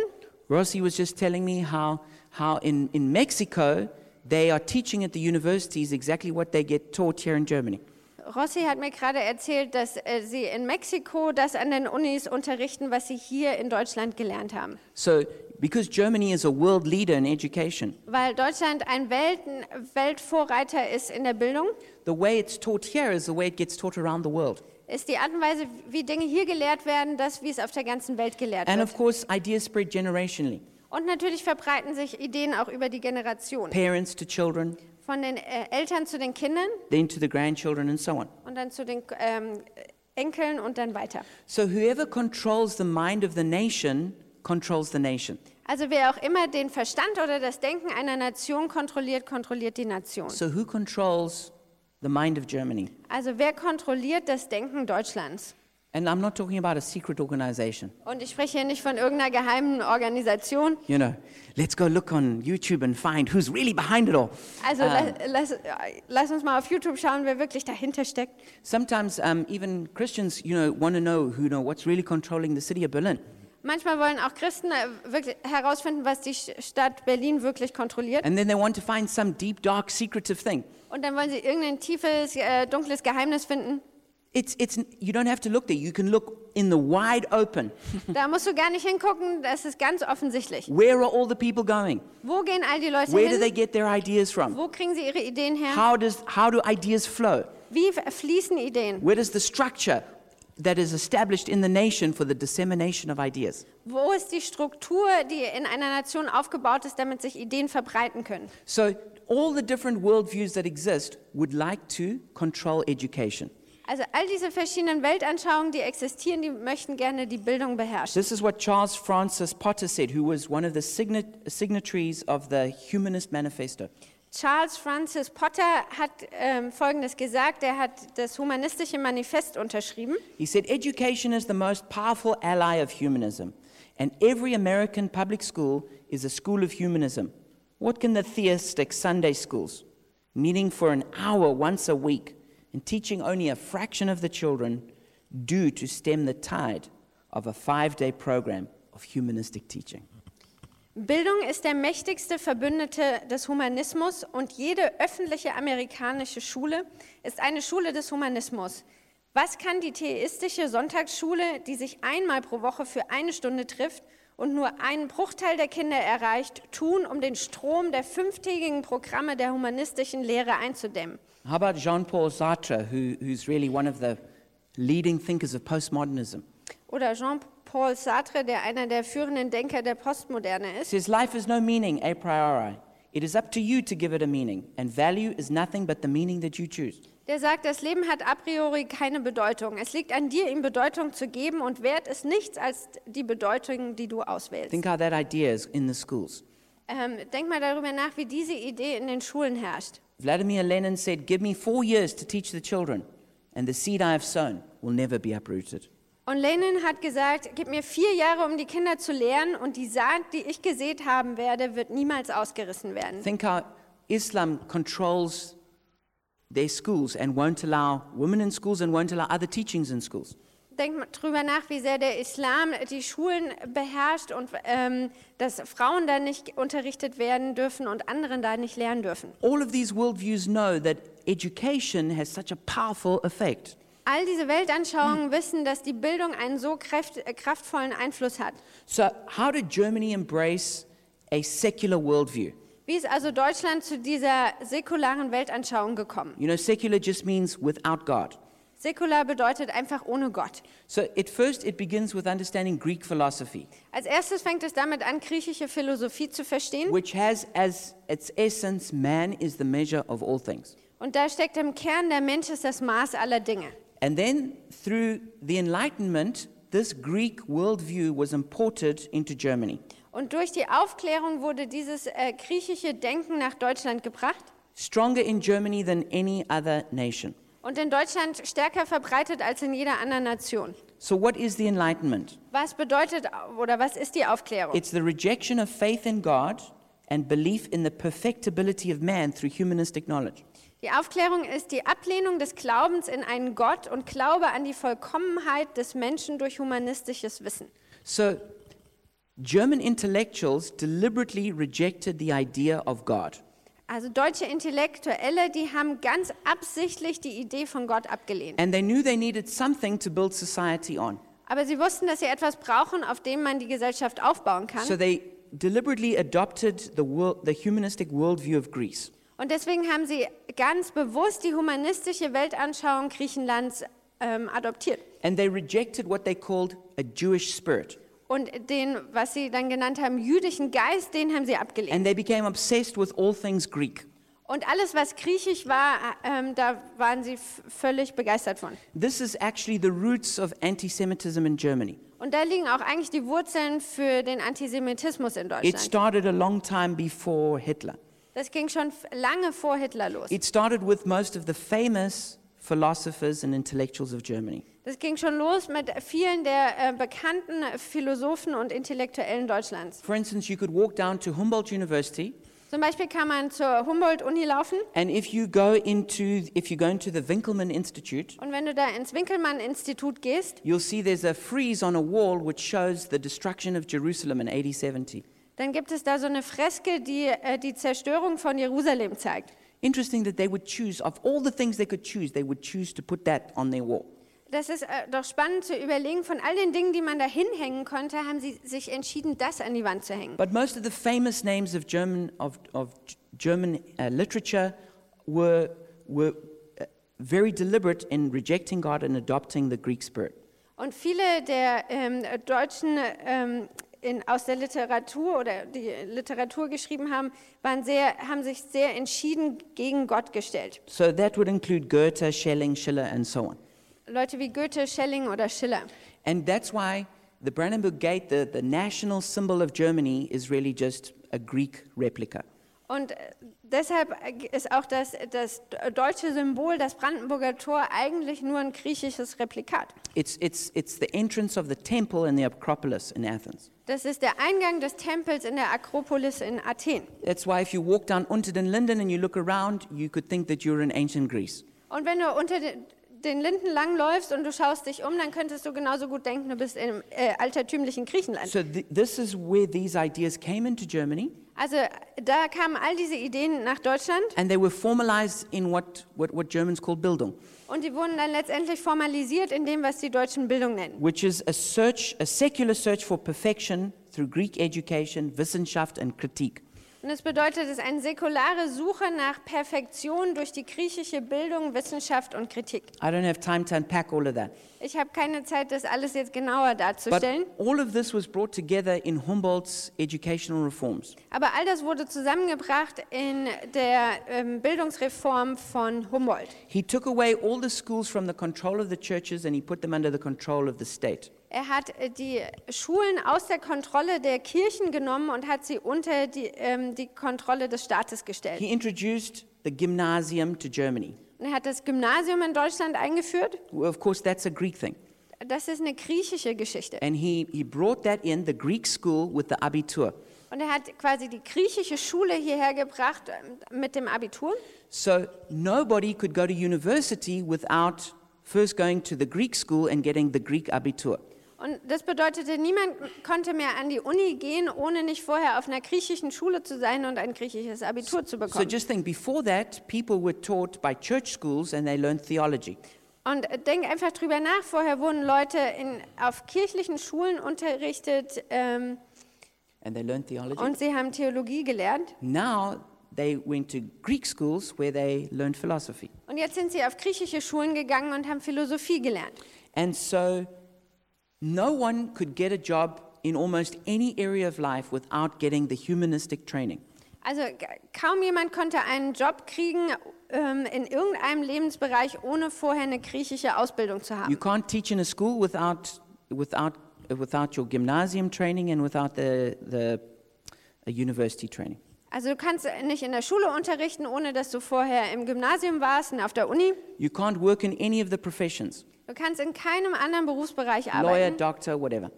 A: Rossi was just telling me how, how in, in Mexico they are teaching at the universities exactly what they get taught here in Germany.
B: Rossi hat mir gerade erzählt, dass äh, sie in Mexiko das an den Unis unterrichten, was sie hier in Deutschland gelernt haben.
A: So, because Germany is a world leader in education,
B: Weil Deutschland ein Welten Weltvorreiter ist in der Bildung,
A: the way it's taught here is the way it gets taught around the world.
B: ist die Art und Weise, wie Dinge hier gelehrt werden, das, wie es auf der ganzen Welt gelehrt
A: And
B: wird.
A: of course, ideas spread generationally
B: Und natürlich verbreiten sich Ideen auch über die Generation.
A: parents to children,
B: Von den äh, Eltern zu den Kindern
A: then to the grandchildren, and so on.
B: und dann zu den ähm, Enkeln und dann weiter.
A: So, whoever controls the mind of the nation controls the nation.
B: Also wer auch immer den Verstand oder das Denken einer Nation kontrolliert, kontrolliert die Nation.
A: So, who controls the mind of Germany?
B: Also wer kontrolliert das Denken Deutschlands?
A: And I'm not talking about a secret organization.
B: Und ich spreche hier nicht von irgendeiner geheimen Organisation.
A: You know, let's go look on YouTube and find who's really behind it all.
B: Also
A: Ah.
B: lass, lass, äh, lass uns mal auf YouTube schauen, wer wirklich dahinter steckt.
A: Sometimes um, even Christians, you know, want to know who you know what's really controlling the city of Berlin.
B: Manchmal wollen auch Christen äh, wirklich herausfinden, was die Sch- Stadt Berlin wirklich kontrolliert.
A: And then they want to find some deep, dark, secretive thing.
B: Und dann wollen sie irgendein tiefes, äh, dunkles Geheimnis finden.
A: It's, it's, you don't have to look there. You can look in the wide open.
B: Da musst du gar nicht hingucken, das ist ganz offensichtlich.
A: Where are all the people going?
B: Wo gehen all die Leute
A: Where do
B: hin?
A: they get their ideas from?
B: Wo kriegen sie ihre Ideen her?
A: How, does, how do ideas flow?
B: Wie f- fließen Ideen?
A: Where does the structure that is established in the nation for the dissemination of ideas?
B: Wo ist die Struktur, die in einer Nation aufgebaut ist, damit sich Ideen verbreiten können?
A: So, all the different worldviews that exist would like to control education.
B: Also all diese verschiedenen Weltanschauungen, die existieren, die möchten gerne die Bildung beherrschen.
A: This is what Charles Francis Potter said, who was one of the signa- signatories of the Humanist Manifesto.
B: Charles Francis Potter hat ähm, Folgendes gesagt, er hat das humanistische Manifest unterschrieben.
A: He said, Education is the most powerful ally of humanism, and every American public school is a school of humanism. What can the theistic Sunday schools, meeting for an hour once a week and teaching only a fraction of the children, do to stem the tide of a five day program of humanistic teaching?
B: Bildung ist der mächtigste Verbündete des Humanismus und jede öffentliche amerikanische Schule ist eine Schule des Humanismus. Was kann die theistische Sonntagsschule, die sich einmal pro Woche für eine Stunde trifft und nur einen Bruchteil der Kinder erreicht, tun, um den Strom der fünftägigen Programme der humanistischen Lehre einzudämmen?
A: How about Jean Paul Sartre, who, who's really one of the leading thinkers of postmodernism?
B: Oder Jean-Paul Sartre, der einer der führenden Denker der Postmoderne ist?
A: says life is no meaning a priori. It is up to you to give it a meaning, and value is nothing but the meaning that you choose.
B: Der sagt, das Leben hat a priori keine Bedeutung. Es liegt an dir, ihm Bedeutung zu geben und wert ist nichts als die Bedeutung, die du auswählst.
A: Think how that idea is in the schools.
B: Ähm, denk mal darüber nach, wie diese Idee in den Schulen herrscht.
A: Vladimir Lenin said, Give me four years to teach the children, and the seed I have sown will never be uprooted.
B: Und Lenin hat gesagt, gib mir vier Jahre, um die Kinder zu lehren und die Saat, die ich gesät haben werde, wird niemals ausgerissen werden.
A: Think how Islam controls their schools and won't allow women in schools and won't allow other teachings in schools.
B: Denk mal drüber nach, wie sehr der Islam die Schulen beherrscht und ähm, dass Frauen da nicht unterrichtet werden dürfen und anderen da nicht lernen dürfen.
A: All of these worldviews know that education has such a powerful effect.
B: All diese Weltanschauungen wissen, dass die Bildung einen so kräft, äh, kraftvollen Einfluss hat.
A: So, how did Germany embrace a secular worldview?
B: Wie ist also Deutschland zu dieser säkularen Weltanschauung gekommen?
A: You know, secular just means without God.
B: Säkular bedeutet einfach ohne Gott.
A: So at first, it begins with understanding Greek philosophy,
B: Als erstes fängt es damit an, griechische Philosophie zu verstehen.
A: which has as its essence man is the measure of all things.
B: Und da steckt im Kern, der Mensch ist das Maß aller Dinge.
A: And then through the Enlightenment, this Greek worldview was imported into Germany.
B: Und durch die Aufklärung wurde dieses äh, griechische Denken nach Deutschland gebracht
A: Stronger in Germany than any other nation.
B: und in Deutschland stärker verbreitet als in jeder anderen Nation.
A: So, what is the Enlightenment?
B: Was bedeutet oder was ist die Aufklärung?
A: It's the rejection of faith in God and belief in the perfectibility of man through humanistic knowledge.
B: Die Aufklärung ist die Ablehnung des Glaubens in einen Gott und Glaube an die Vollkommenheit des Menschen durch humanistisches Wissen.
A: So, German intellectuals deliberately rejected the idea of God.
B: Also deutsche Intellektuelle, die haben ganz absichtlich die Idee von Gott abgelehnt.
A: And they knew they needed something to build society on.
B: Aber sie wussten, dass sie etwas brauchen, auf dem man die Gesellschaft aufbauen
A: So
B: kann.
A: they deliberately adopted the, world, the humanistic worldview of Greece.
B: Und deswegen haben sie ganz bewusst die humanistische Weltanschauung Griechenlands ähm, adoptiert.
A: And they rejected what they called a Jewish spirit.
B: Und den, was sie dann genannt haben, jüdischen Geist, den haben sie abgelehnt.
A: And they became obsessed with all things Greek.
B: Und alles, was griechisch war, ähm, da waren sie f- völlig begeistert von.
A: This is actually the roots of anti Semitism in Germany.
B: Und da liegen auch eigentlich die Wurzeln für den Antisemitismus in
A: It
B: Deutschland.
A: started a long time before Hitler.
B: Das ging schon f- lange vor Hitler los.
A: It started with most of the famous philosophers and intellectuals of Germany.
B: Das ging schon los mit vielen der äh, bekannten Philosophen und Intellektuellen Deutschlands.
A: For instance, you could walk down to Humboldt University,
B: Zum Beispiel kann man zur Humboldt-Uni laufen
A: and if you go into if you go into the Winkelmann Institute,
B: und wenn du da ins Winkelmann-Institut gehst,
A: you'll see there's a frieze on a wall which shows the destruction of Jerusalem in 8070.
B: dann gibt es da so eine Freske, die äh, die Zerstörung von Jerusalem zeigt.
A: Interesting that they would choose of all the things they could choose, they would choose to put that on their wall.
B: Das ist äh, doch spannend zu überlegen. Von all den Dingen, die man da hinhängen konnte, haben sie sich entschieden, das an die Wand zu hängen.
A: But most of the famous names of German of, of G- German uh, literature were were uh, very deliberate in rejecting God and adopting the Greek spirit.
B: Und viele der ähm, Deutschen ähm, in, aus der Literatur oder die Literatur geschrieben haben, waren sehr, haben sich sehr entschieden gegen Gott gestellt.
A: So that would include Goethe, Schelling, Schiller, and so on.
B: Leute wie Goethe, Schelling oder Schiller.
A: And that's why the Brandenburg Gate, the, the national symbol of Germany, is really just a Greek replica.
B: Und äh, deshalb ist auch das, das deutsche Symbol, das Brandenburger Tor, eigentlich nur ein griechisches Replikat.
A: It's, it's, it's the entrance of the temple in the Acropolis in Athens.
B: Das ist der Eingang des Tempels in der Akropolis in Athen.
A: That's why if you walk down Unterden Linden and you look around, you could think that you're in ancient Greece.
B: Und wenn du unter den, den Linden lang läufst und du schaust dich um, dann könntest du genauso gut denken, du bist im äh, altertümlichen Griechenland.
A: So, th- this is where these ideas came into Germany,
B: Also da kamen all diese Ideen nach Deutschland
A: and they were formalized in what, what, what Germans call Bildung,
B: und die wurden dann letztendlich formalisiert in dem, was die Deutschen Bildung nennen.
A: which is a search, a secular search for perfection through Greek education, Wissenschaft, and critique.
B: Und das bedeutet, es ist eine säkulare Suche nach Perfektion durch die griechische Bildung, Wissenschaft und Kritik.
A: I don't have time to unpack all of that.
B: Ich habe keine Zeit, das alles jetzt genauer
A: But
B: darzustellen,
A: all of this was brought together in Humboldt's educational reforms.
B: aber all das wurde zusammengebracht in der ähm, Bildungsreform von Humboldt.
A: He took away all the schools from the control of the churches and he put them under the control of the state.
B: Er hat äh, die Schulen aus der Kontrolle der Kirchen genommen und hat sie unter die, ähm, die Kontrolle des Staates gestellt.
A: He introduced the gymnasium to Germany.
B: Und er hat das Gymnasium in Deutschland eingeführt.
A: Well, of course, that's a Greek thing.
B: Das ist eine griechische Geschichte.
A: And he, he brought that in, the Greek school with the Abitur.
B: Und er hat quasi die griechische Schule hierher gebracht ähm, mit dem Abitur.
A: So nobody could go to university without first going to the Greek school and getting the Greek Abitur.
B: Und das bedeutete, niemand konnte mehr an die Uni gehen, ohne nicht vorher auf einer griechischen Schule zu sein und ein griechisches Abitur zu
A: So
B: bekommen.
A: just think, before that, people were taught by church schools and they learned theology.
B: Und äh, denk einfach drüber nach, vorher wurden Leute in, auf kirchlichen Schulen unterrichtet ähm,
A: And they learned theology.
B: und sie haben Theologie gelernt.
A: Now they went to Greek schools where they learned philosophy.
B: Und jetzt sind sie auf griechische Schulen gegangen und haben Philosophie gelernt.
A: And so no one could get a job in almost any area of life without getting the humanistic training.
B: Also g- kaum jemand konnte einen Job kriegen ähm, in irgendeinem Lebensbereich, ohne vorher eine griechische Ausbildung zu haben.
A: You can't teach in a school without, without, without your gymnasium training and without the, the uh, university training.
B: Also du kannst nicht in der Schule unterrichten, ohne dass du vorher im Gymnasium warst und auf der Uni.
A: You can't work in any of the professions
B: Du kannst in keinem anderen Berufsbereich
A: lawyer,
B: arbeiten.
A: doctor, whatever.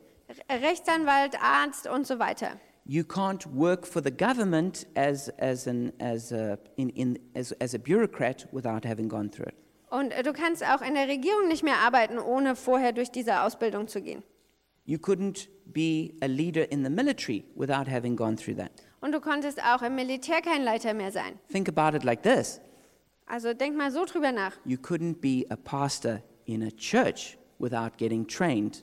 B: R- Rechtsanwalt, Arzt und so weiter.
A: You can't work for the government as, as, an, as, a, in, in, as, as a bureaucrat without having gone through it.
B: Und äh, du kannst auch in der Regierung nicht mehr arbeiten, ohne vorher durch diese Ausbildung zu gehen.
A: You couldn't be a leader in the military without having gone through that.
B: Und du konntest auch im Militär kein Leiter mehr sein.
A: Think about it like this
B: Also denk mal so drüber nach.
A: you couldn't be a pastor in a church without getting trained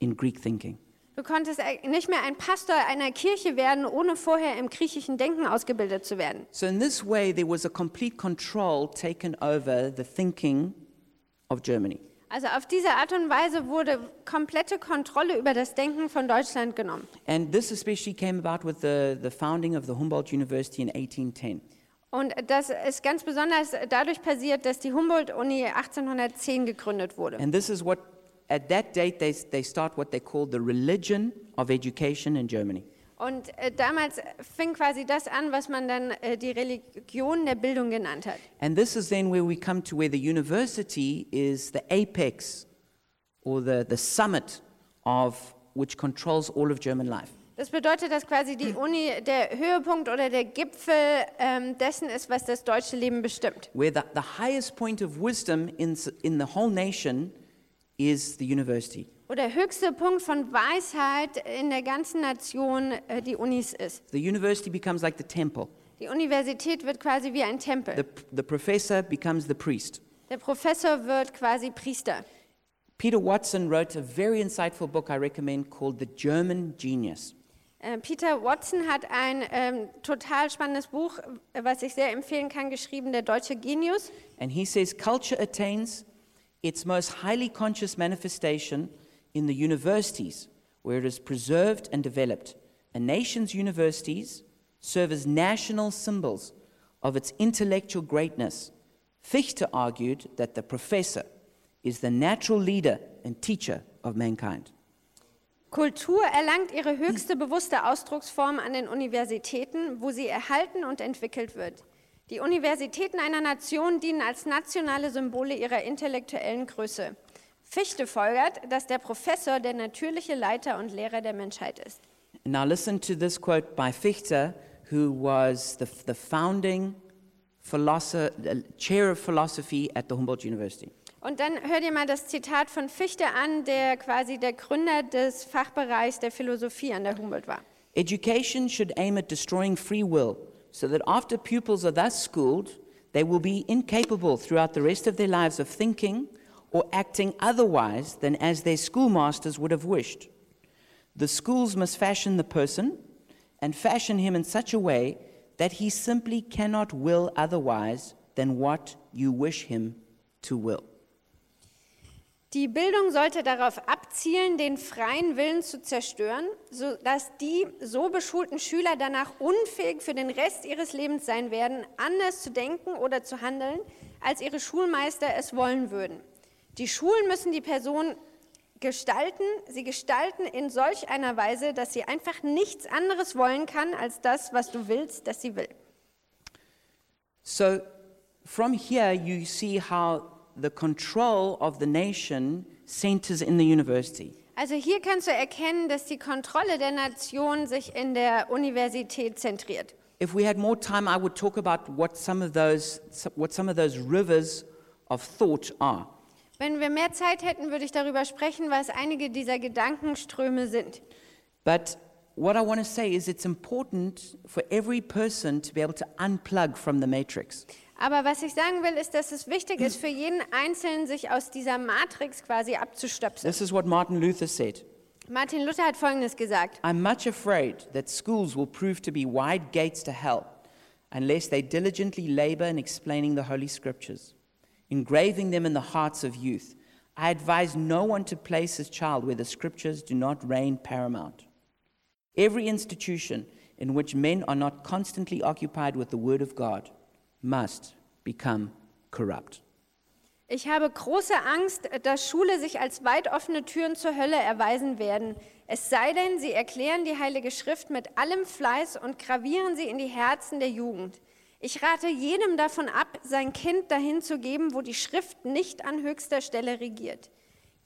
A: in Greek thinking.
B: Du konntest äh, nicht mehr ein Pastor einer Kirche werden, ohne vorher im griechischen Denken ausgebildet zu werden.
A: So, in this way, there was a complete control taken over the thinking of Germany.
B: Also auf diese Art und Weise wurde komplette Kontrolle über das Denken von Deutschland genommen.
A: And this especially came about with the, the founding of the Humboldt University in 1810.
B: Und das ist ganz besonders dadurch passiert, dass die Humboldt-Uni 1810 gegründet wurde.
A: And this is what, at that date, they, they start what they call the religion of education in Germany.
B: Und äh, damals fing quasi das an, was man dann äh, die Religion der Bildung genannt hat.
A: And this is then where we come to where the university is the apex or the, the summit of which controls all of German life.
B: Das bedeutet, dass quasi die Uni der Höhepunkt oder der Gipfel ähm, dessen ist, was das deutsche Leben bestimmt.
A: Where the, the highest point of wisdom in, s- in the whole nation is the university.
B: Wo der höchste Punkt von Weisheit in der ganzen Nation äh, die Unis ist.
A: The university becomes like the temple.
B: Die Universität wird quasi wie ein Tempel.
A: The, the professor becomes the priest.
B: Der Professor wird quasi Priester.
A: Peter Watson wrote a very insightful book I recommend called The German Genius.
B: Äh, Peter Watson hat ein ähm, total spannendes Buch, äh, was ich sehr empfehlen kann, geschrieben, Der deutsche Genius.
A: And he says culture attains its most highly conscious manifestation in the universities, where it is preserved and developed. A nation's universities serve as national symbols of its intellectual greatness. Fichte argued that the professor is the natural leader and teacher of mankind.
B: Kultur erlangt ihre höchste bewusste Ausdrucksform an den Universitäten, wo sie erhalten und entwickelt wird. Die Universitäten einer Nation dienen als nationale Symbole ihrer intellektuellen Größe. Fichte folgert, dass der Professor der natürliche Leiter und Lehrer der Menschheit ist.
A: Now, listen to this quote by Fichte, who was the, uh, the founding philosopher, chair of philosophy at the Humboldt University.
B: Und dann hör dir mal das Zitat von Fichte an, der quasi der Gründer des Fachbereichs der Philosophie an der Humboldt war.
A: Education should aim at destroying free will so that after pupils are thus schooled, they will be incapable throughout the rest of their lives of thinking or acting otherwise than as their schoolmasters would have wished. The schools must fashion the person and fashion him in such a way that he simply cannot will otherwise than what you wish him to will.
B: Die Bildung sollte darauf abzielen, den freien Willen zu zerstören, sodass die so beschulten Schüler danach unfähig für den Rest ihres Lebens sein werden, anders zu denken oder zu handeln, als ihre Schulmeister es wollen würden. Die Schulen müssen die Person gestalten, sie gestalten in solch einer Weise, dass sie einfach nichts anderes wollen kann, als das, was du willst, dass sie will.
A: So, from here, you see how the control of the nation centers in the university.
B: Also hier kannst du erkennen, dass die Kontrolle der Nation sich in der Universität zentriert.
A: If we had more time, I would talk about what some of those, what some of those rivers of thought are.
B: Wenn wir mehr Zeit hätten, würde ich darüber sprechen, was einige dieser Gedankenströme sind.
A: But what I want to say is it's important for every person to be able to unplug from the matrix.
B: Aber was ich sagen will, ist, dass es wichtig ist für jeden Einzelnen, sich aus dieser Matrix quasi abzustöpseln.
A: This is what Martin Luther said.
B: Martin Luther hat Folgendes gesagt.
A: I'm much afraid that schools will prove to be wide gates to hell unless they diligently labor in explaining the Holy Scriptures, engraving them in the hearts of youth. I advise no one to place his child where the Scriptures do not reign paramount. Every institution in which men are not constantly occupied with the Word of God must become corrupt.
B: Ich habe große Angst, dass Schule sich als weit offene Türen zur Hölle erweisen werden. Es sei denn, sie erklären die Heilige Schrift mit allem Fleiß und gravieren sie in die Herzen der Jugend. Ich rate jedem davon ab, sein Kind dahin zu geben, wo die Schrift nicht an höchster Stelle regiert.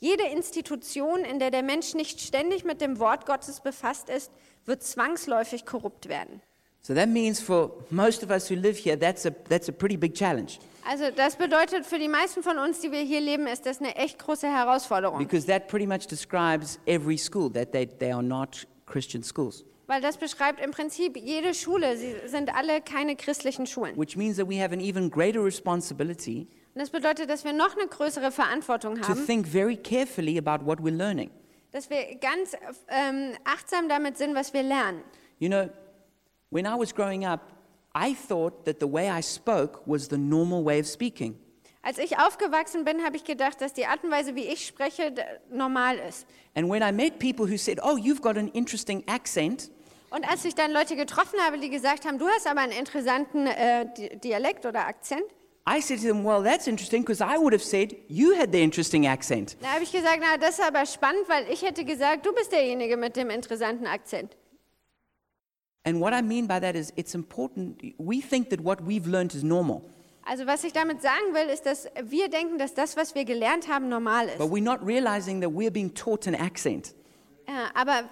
B: Jede Institution, in der der Mensch nicht ständig mit dem Wort Gottes befasst ist, wird zwangsläufig korrupt werden.
A: So that means for most of us who live here, that's a, that's a pretty big challenge
B: Also das bedeutet für die meisten von uns, die wir hier leben, ist das eine echt große Herausforderung,
A: because that pretty much describes every school that they, they are not Christian schools,
B: weil das beschreibt im Prinzip jede Schule. Sie sind alle keine christlichen Schulen.
A: which means that we have an even greater responsibility
B: Und das bedeutet, dass wir noch eine größere Verantwortung
A: to
B: haben,
A: think very carefully about what we're learning.
B: dass wir ganz ähm, achtsam damit sind, was wir lernen.
A: You know, when I was growing up, I thought that the way I spoke was the normal way of speaking.
B: Als ich aufgewachsen bin, habe ich gedacht, dass die Art und Weise, wie ich spreche, d- normal ist.
A: And when I met people who said, Oh, you've got an interesting accent,
B: Und als ich dann Leute getroffen habe, die gesagt haben, du hast aber einen interessanten äh, Di- Dialekt oder Akzent,
A: I said to them, Well, that's interesting because I would have said you had the interesting accent.
B: da habe ich gesagt, na, das ist aber spannend, weil ich hätte gesagt, du bist derjenige mit dem interessanten Akzent.
A: And what I mean by that is it's important. We think that what we've learned is normal,
B: Also was ich damit sagen will, ist, dass wir denken, dass das, was wir gelernt haben, normal ist.
A: but we're not realizing that we're being taught an accent.
B: Ja, Äh, aber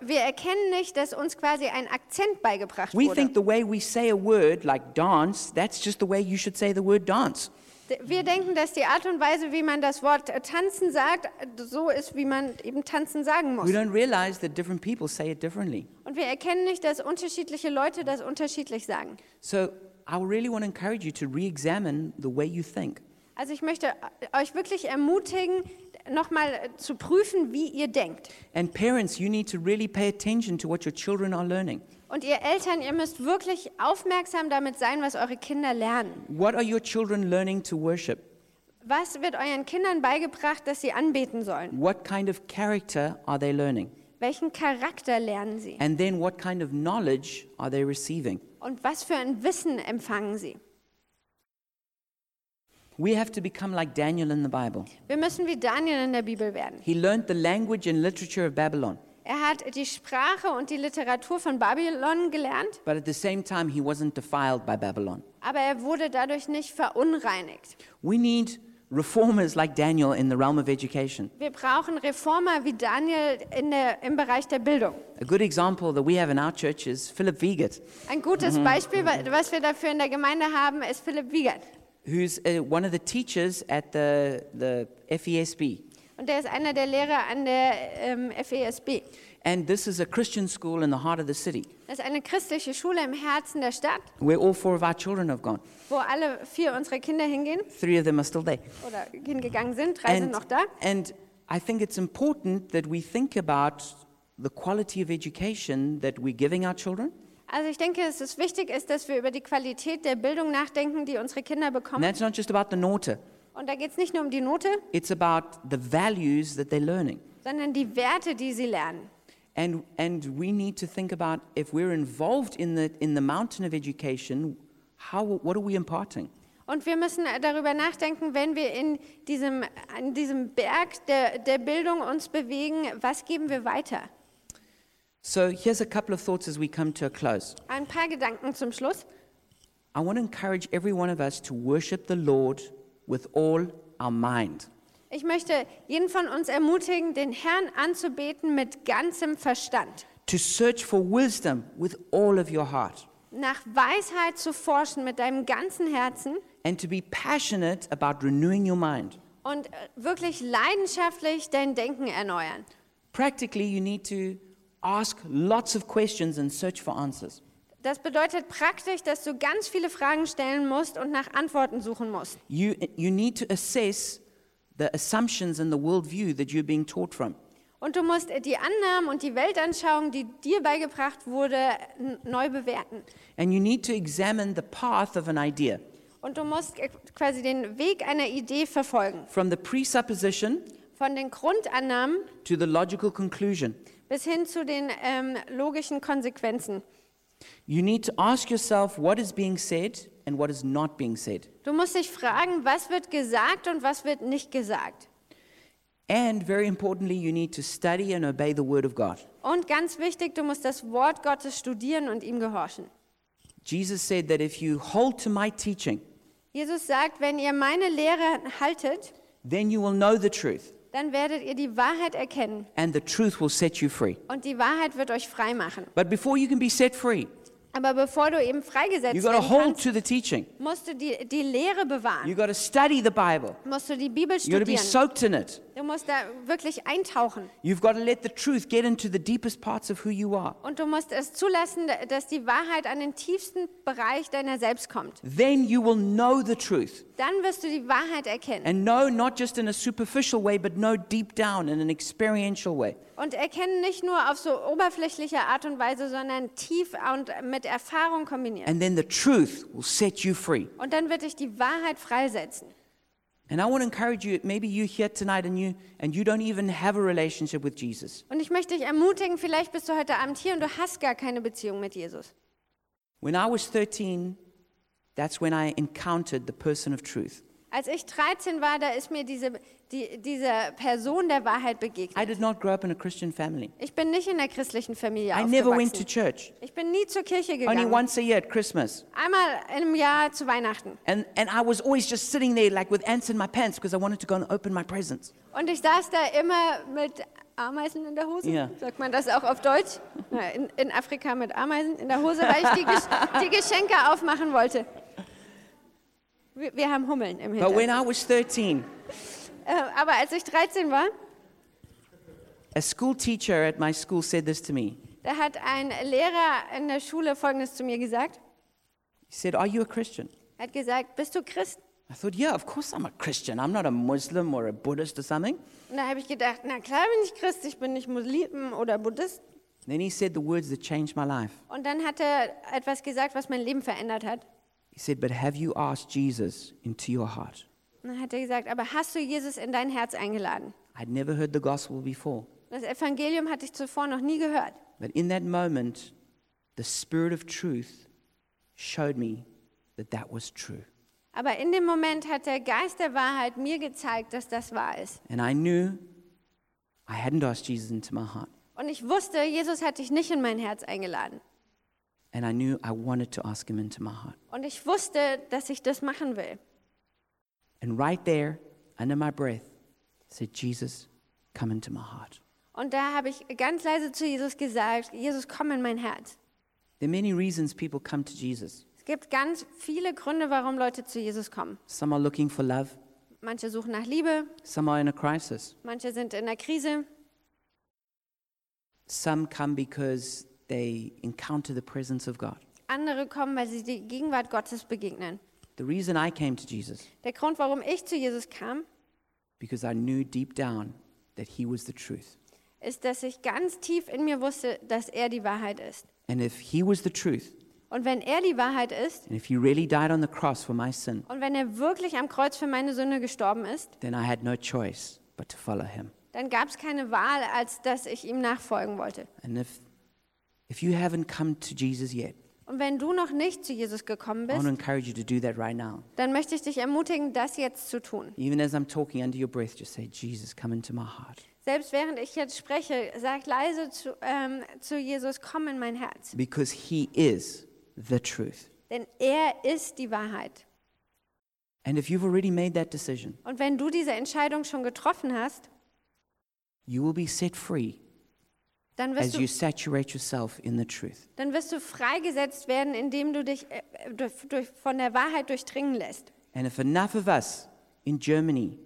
B: wir- wir erkennen nicht, dass uns quasi ein Akzent beigebracht
A: We
B: wurde.
A: think the way we say a word like dance, that's just the way you should say the word dance.
B: D- Wir denken, dass die Art und Weise, wie man das Wort äh, tanzen sagt, äh, so ist, wie man eben tanzen sagen
A: We
B: muss.
A: don't realize that different people say it differently.
B: Und wir erkennen nicht, dass unterschiedliche Leute das unterschiedlich sagen.
A: So I really want to encourage you to re examine the way you think.
B: Also ich möchte äh, euch wirklich ermutigen, nochmal äh, zu prüfen, wie ihr denkt.
A: And parents, you need to really pay attention to what your children are learning.
B: Und ihr Eltern, ihr müsst wirklich aufmerksam damit sein, was eure Kinder lernen.
A: What are your children learning to worship?
B: Was wird euren Kindern beigebracht, dass sie anbeten sollen?
A: What kind of character are they learning?
B: Welchen Charakter lernen sie?
A: And then what kind of knowledge are they receiving?
B: Und was für ein Wissen empfangen sie?
A: We have to become like Daniel in the Bible.
B: Wir müssen wie Daniel in der Bibel werden.
A: He learned the language and literature of Babylon,
B: Er hat die Sprache und die Literatur von Babylon gelernt,
A: but at the same time, he wasn't defiled by Babylon.
B: aber er wurde dadurch nicht verunreinigt.
A: We need reformers like Daniel in the realm of education.
B: Wir brauchen Reformer wie Daniel in der, im Bereich der Bildung.
A: A good example that we have in our church is Philip Viget.
B: Ein gutes Beispiel, wa- was wir dafür in der Gemeinde haben, ist Philipp Wiegert.
A: who's uh, one of the teachers at the, the E FESB.
B: Und der ist einer der Lehrer an der ähm, FESB.
A: And this is a Christian school in the heart of the city
B: Das ist eine christliche Schule im Herzen der Stadt,
A: where all four of our children have gone.
B: wo alle vier unserer Kinder hingehen
A: Three of them are still there.
B: oder hingegangen sind. Drei sind noch da.
A: and I think it's important that we think about the quality of education that we're giving our children.
B: Also ich denke, dass es wichtig ist, dass wir über die Qualität der Bildung nachdenken, die unsere Kinder
A: And
B: bekommen.
A: that's not just about the Norte,
B: Und da geht es nicht nur um die Note,
A: it's about the values that they're learning.
B: sondern die Werte, die sie lernen.
A: And, and we need to think about if we're involved in the, in the mountain of education, how, what are we imparting?
B: Und wir müssen äh, darüber nachdenken, wenn wir in diesem, an diesem Berg der, der Bildung uns bewegen, was geben wir weiter?
A: So here's a couple of thoughts as we come to a close.
B: Ein paar Gedanken zum Schluss.
A: I want to encourage every one of us to worship the Lord with all our mind.
B: Ich möchte jeden von uns ermutigen, den Herrn anzubeten mit ganzem Verstand.
A: to search for wisdom with all of your heart
B: Nach Weisheit zu forschen mit deinem ganzen Herzen
A: and to be passionate about renewing your mind.
B: und äh, wirklich leidenschaftlich dein Denken erneuern.
A: Practically, you need to ask lots of questions and search for answers.
B: Das bedeutet praktisch, dass du ganz viele Fragen stellen musst und nach Antworten suchen musst.
A: You, you need to assess the assumptions and the worldview that you're being taught from.
B: Und du musst die Annahmen und die Weltanschauung, die dir beigebracht wurde, n- neu bewerten.
A: And you need to examine the path of an idea
B: Und du musst äh, quasi den Weg einer Idee verfolgen.
A: from the presupposition
B: Von den Grundannahmen
A: to the logical conclusion.
B: bis hin zu den ähm, logischen Konsequenzen.
A: You need to ask yourself what is being said and what is not being said.
B: Du musst dich fragen, was wird gesagt und was wird nicht gesagt.
A: And very importantly, you need to study and obey the Word of God.
B: Und ganz wichtig, du musst das Wort Gottes studieren und ihm gehorchen.
A: Jesus said that if you hold to my teaching,
B: Jesus sagt, wenn ihr meine Lehre haltet,
A: then you will know the truth,
B: dann werdet ihr die Wahrheit erkennen
A: and the truth will set you free.
B: und die Wahrheit wird euch frei machen.
A: But before you can be set free,
B: Aber bevor du eben
A: you've
B: freigesetzt
A: got to
B: werden
A: hold
B: kannst,
A: to the teaching.
B: musst du die, die Lehre bewahren,
A: You've got to study the Bible.
B: musst du die Bibel
A: You've got to be
B: studieren.
A: soaked in it.
B: Du musst da wirklich eintauchen
A: You've got to let the truth get into the deepest parts of who you are.
B: und du musst es zulassen, dass die Wahrheit an den tiefsten Bereich deiner selbst kommt.
A: Then you will know the truth.
B: Dann wirst du die Wahrheit erkennen
A: And know not just in a superficial way, but know deep down in an experiential way.
B: und erkennen nicht nur auf so oberflächlicher Art und Weise, sondern tief und mit Erfahrung kombiniert.
A: And then the truth will set you free.
B: Und dann wird dich die Wahrheit freisetzen.
A: And I want to encourage you, maybe you're here tonight and you and you don't even have a relationship with Jesus.
B: Und ich möchte dich ermutigen, vielleicht bist du heute Abend hier und du hast gar keine Beziehung mit Jesus.
A: When I was 13, that's when I encountered the person of truth.
B: Als ich 13 war, da ist mir diese, die, diese Person der Wahrheit
A: I
B: begegnet.
A: did not grow up in a Christian family.
B: Ich bin nicht in der christlichen Familie
A: I never went to
B: aufgewachsen.
A: church,
B: Ich bin nie zur Kirche
A: only
B: gegangen.
A: once a year at Christmas.
B: Einmal im Jahr zu Weihnachten.
A: And, and I was always just sitting there like with ants in my pants because I wanted to go and open my presents.
B: Und ich saß da immer mit Ameisen in der Hose.
A: Ja.
B: Sagt man das auch auf Deutsch? Na, In, in Afrika mit Ameisen in der Hose, weil ich die, Gesch die Geschenke aufmachen wollte. Wir, wir haben Hummeln im
A: But when
B: Hintern.
A: I was 13,
B: Äh, aber als ich 13 war,
A: a school teacher at my school said this to me.
B: da hat ein Lehrer in der Schule Folgendes zu mir gesagt.
A: He said, Are you a Christian?
B: Er hat gesagt, bist du Christ?
A: I thought, Yeah, of course I'm a Christian. I'm not a Muslim or a Buddhist or something.
B: Und da habe ich gedacht, na klar bin ich Christ, ich bin nicht Muslim oder Buddhist.
A: Then he said the words that changed my life.
B: Und dann hat er etwas gesagt, was mein Leben verändert hat.
A: He said, But have you asked Jesus into your heart?
B: Und dann hat er gesagt, aber hast du Jesus in dein Herz eingeladen?
A: I'd never heard the gospel before.
B: Das Evangelium hatte ich zuvor noch nie gehört.
A: But in that moment, the Spirit of truth showed me that that was true.
B: Aber in dem Moment hat der Geist der Wahrheit mir gezeigt, dass das wahr ist.
A: And I knew I hadn't asked Jesus into my heart.
B: Und ich wusste, Jesus hat dich nicht in mein Herz eingeladen.
A: And I knew I wanted to ask him into my heart.
B: Und ich wusste, dass ich das machen will.
A: And right there, under my breath, I said, Jesus, come into my heart.
B: Und da habe ich ganz leise zu Jesus gesagt, Jesus, komm in mein Herz.
A: There are many reasons people come to Jesus.
B: Es gibt ganz viele Gründe, warum Leute zu Jesus kommen.
A: Some are looking for love,
B: Manche suchen nach Liebe,
A: some are in a crisis,
B: manche sind in der Krise,
A: some come because they encounter the presence of God.
B: andere kommen, weil sie die Gegenwart Gottes begegnen.
A: The reason I came to Jesus,
B: Der Grund, warum ich zu Jesus kam,
A: because I knew deep down that He was the truth.
B: ist, dass ich ganz tief in mir wusste, dass er die Wahrheit ist.
A: And if He was the truth,
B: Und wenn er die Wahrheit ist
A: and if He really died on the cross for my sin,
B: und wenn er wirklich am Kreuz für meine Sünde gestorben ist,
A: then I had no choice but to follow Him.
B: dann gab es keine Wahl, als dass ich ihm nachfolgen wollte.
A: And if, if you haven't come to Jesus yet,
B: Und wenn du noch nicht zu Jesus gekommen
A: I want to
B: bist,
A: encourage you to do that right now.
B: dann möchte ich dich ermutigen, das jetzt zu tun.
A: Even as I'm talking under your breath, just say, Jesus, come into my heart.
B: Selbst während ich jetzt spreche, sag leise zu, ähm, zu Jesus, komm in mein Herz.
A: Because He is the truth.
B: Denn er ist die Wahrheit.
A: And if you've already made that decision,
B: Und wenn du diese Entscheidung schon getroffen hast,
A: you will be set free
B: dann wirst
A: as
B: du
A: you saturate yourself in the truth.
B: dann wirst du freigesetzt werden, indem du dich äh, äh, durch, durch, von der Wahrheit durchdringen lässt.
A: And if enough of us in Germany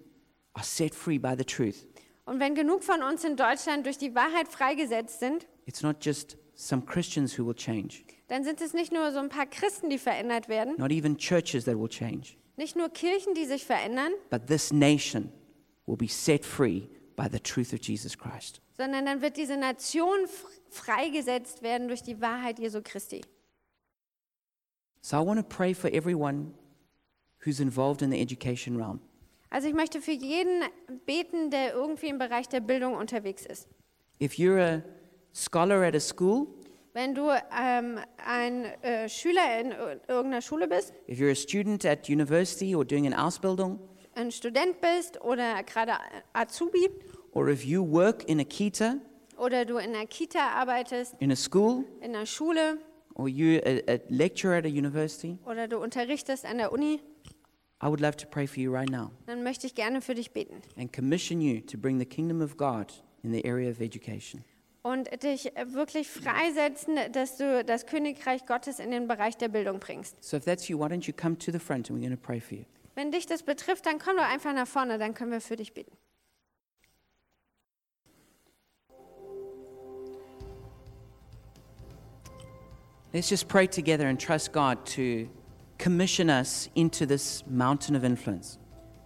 A: are set free by the truth,
B: Und wenn genug von uns in Deutschland durch die Wahrheit freigesetzt sind,
A: it's not just some Christians who will change,
B: dann sind es nicht nur so ein paar Christen, die verändert werden,
A: not even churches that will change,
B: nicht nur Kirchen, die sich verändern,
A: but this nation will be set free by the truth of Jesus Christ.
B: sondern dann wird diese Nation f- freigesetzt werden durch die Wahrheit Jesu Christi.
A: So I want to pray for everyone who's involved in the education realm.
B: Also ich möchte für jeden beten, der irgendwie im Bereich der Bildung unterwegs ist.
A: If you're a scholar at a school,
B: Wenn du ähm, ein äh, Schüler in ir- irgendeiner Schule bist,
A: if you're a student at university or doing an Ausbildung,
B: ein Student bist oder gerade Azubi,
A: or if you work in a kita,
B: oder du in der Kita arbeitest,
A: in a school,
B: in der Schule
A: or you're a, a lecturer at a university,
B: oder du unterrichtest an der Uni,
A: I would love to pray for you right now
B: dann möchte ich gerne für dich beten
A: and commission you to bring the kingdom of God in the area of education.
B: und dich wirklich freisetzen, dass du das Königreich Gottes in den Bereich der Bildung bringst.
A: So if that's you, why don't you come to the front and we're going to pray for you.
B: Wenn dich das betrifft, dann komm doch einfach nach vorne, dann können wir für dich beten.
A: Let's just pray together and trust God to commission us into this mountain of influence.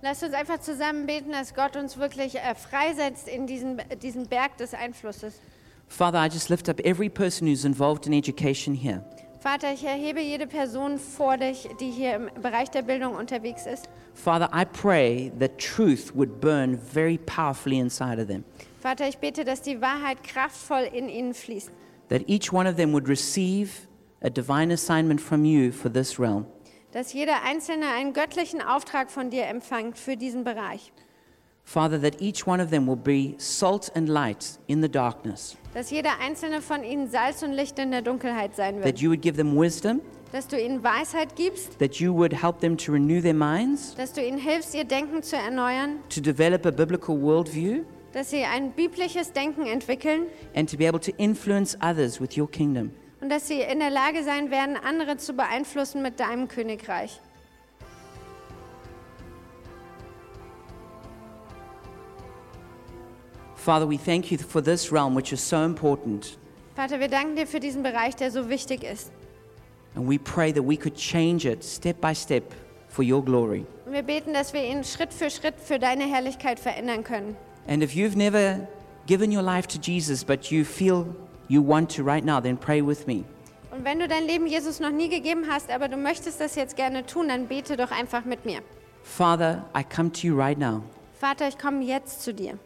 B: Lasst uns einfach zusammen beten, dass Gott uns wirklich äh, freisetzt in diesen, diesen Berg des Einflusses.
A: Father, I just lift up every person who's involved in education here.
B: Vater, ich erhebe jede Person vor dich, die hier im Bereich der Bildung unterwegs ist.
A: Father, I pray that truth would burn very powerfully inside of them,
B: Vater, ich bete, dass die Wahrheit kraftvoll in ihnen fließt.
A: that each one of them would receive a divine assignment from you for this realm.
B: dass jeder Einzelne einen göttlichen Auftrag von dir empfängt für diesen Bereich.
A: Father, that each one of them will be salt and light in the darkness,
B: Dass jeder Einzelne von ihnen Salz und Licht in der Dunkelheit sein
A: that
B: wird.
A: you would give them wisdom,
B: Dass du ihnen Weisheit gibst,
A: that you would help them to renew their minds,
B: dass du ihnen hilfst, ihr Denken zu erneuern,
A: to develop a biblical worldview,
B: dass sie ein biblisches Denken entwickeln
A: and to be able to influence others with your kingdom.
B: und dass sie in der Lage sein werden, andere zu beeinflussen mit deinem Königreich.
A: Father, we thank you for this realm, which is so important,
B: Vater, wir danken dir für diesen Bereich, der so wichtig ist.
A: and we pray that we could change it step by step for your glory.
B: Und wir beten, dass wir ihn Schritt für Schritt für deine Herrlichkeit verändern können.
A: And if you've never given your life to Jesus, but you feel you want to right now, then pray with me.
B: Und wenn du dein Leben Jesus noch nie gegeben hast, aber du möchtest das jetzt gerne tun, dann bete doch einfach mit mir.
A: Father, I come to you right now.
B: Vater, ich komme jetzt zu dir.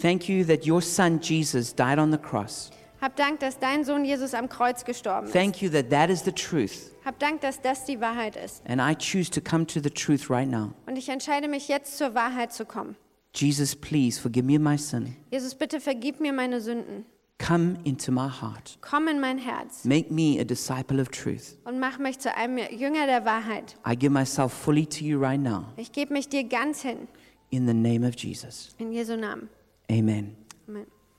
A: Thank you that your son Jesus died on the cross.
B: Hab Dank, dass dein Sohn Jesus am Kreuz gestorben ist.
A: Thank you that that is the truth.
B: Hab Dank, dass das die Wahrheit ist.
A: And I choose to come to the truth right now.
B: Und ich entscheide mich jetzt zur Wahrheit zu kommen.
A: Jesus, please forgive me my sin.
B: Jesus, bitte vergib mir meine Sünden.
A: Come into my heart.
B: Komm in mein Herz
A: Make me a disciple of truth.
B: und mach mich zu einem Jünger der Wahrheit.
A: I give myself fully to you right now
B: Ich gebe mich dir ganz hin.
A: in the name of Jesus.
B: In Jesu Namen.
A: Amen.
B: Amen.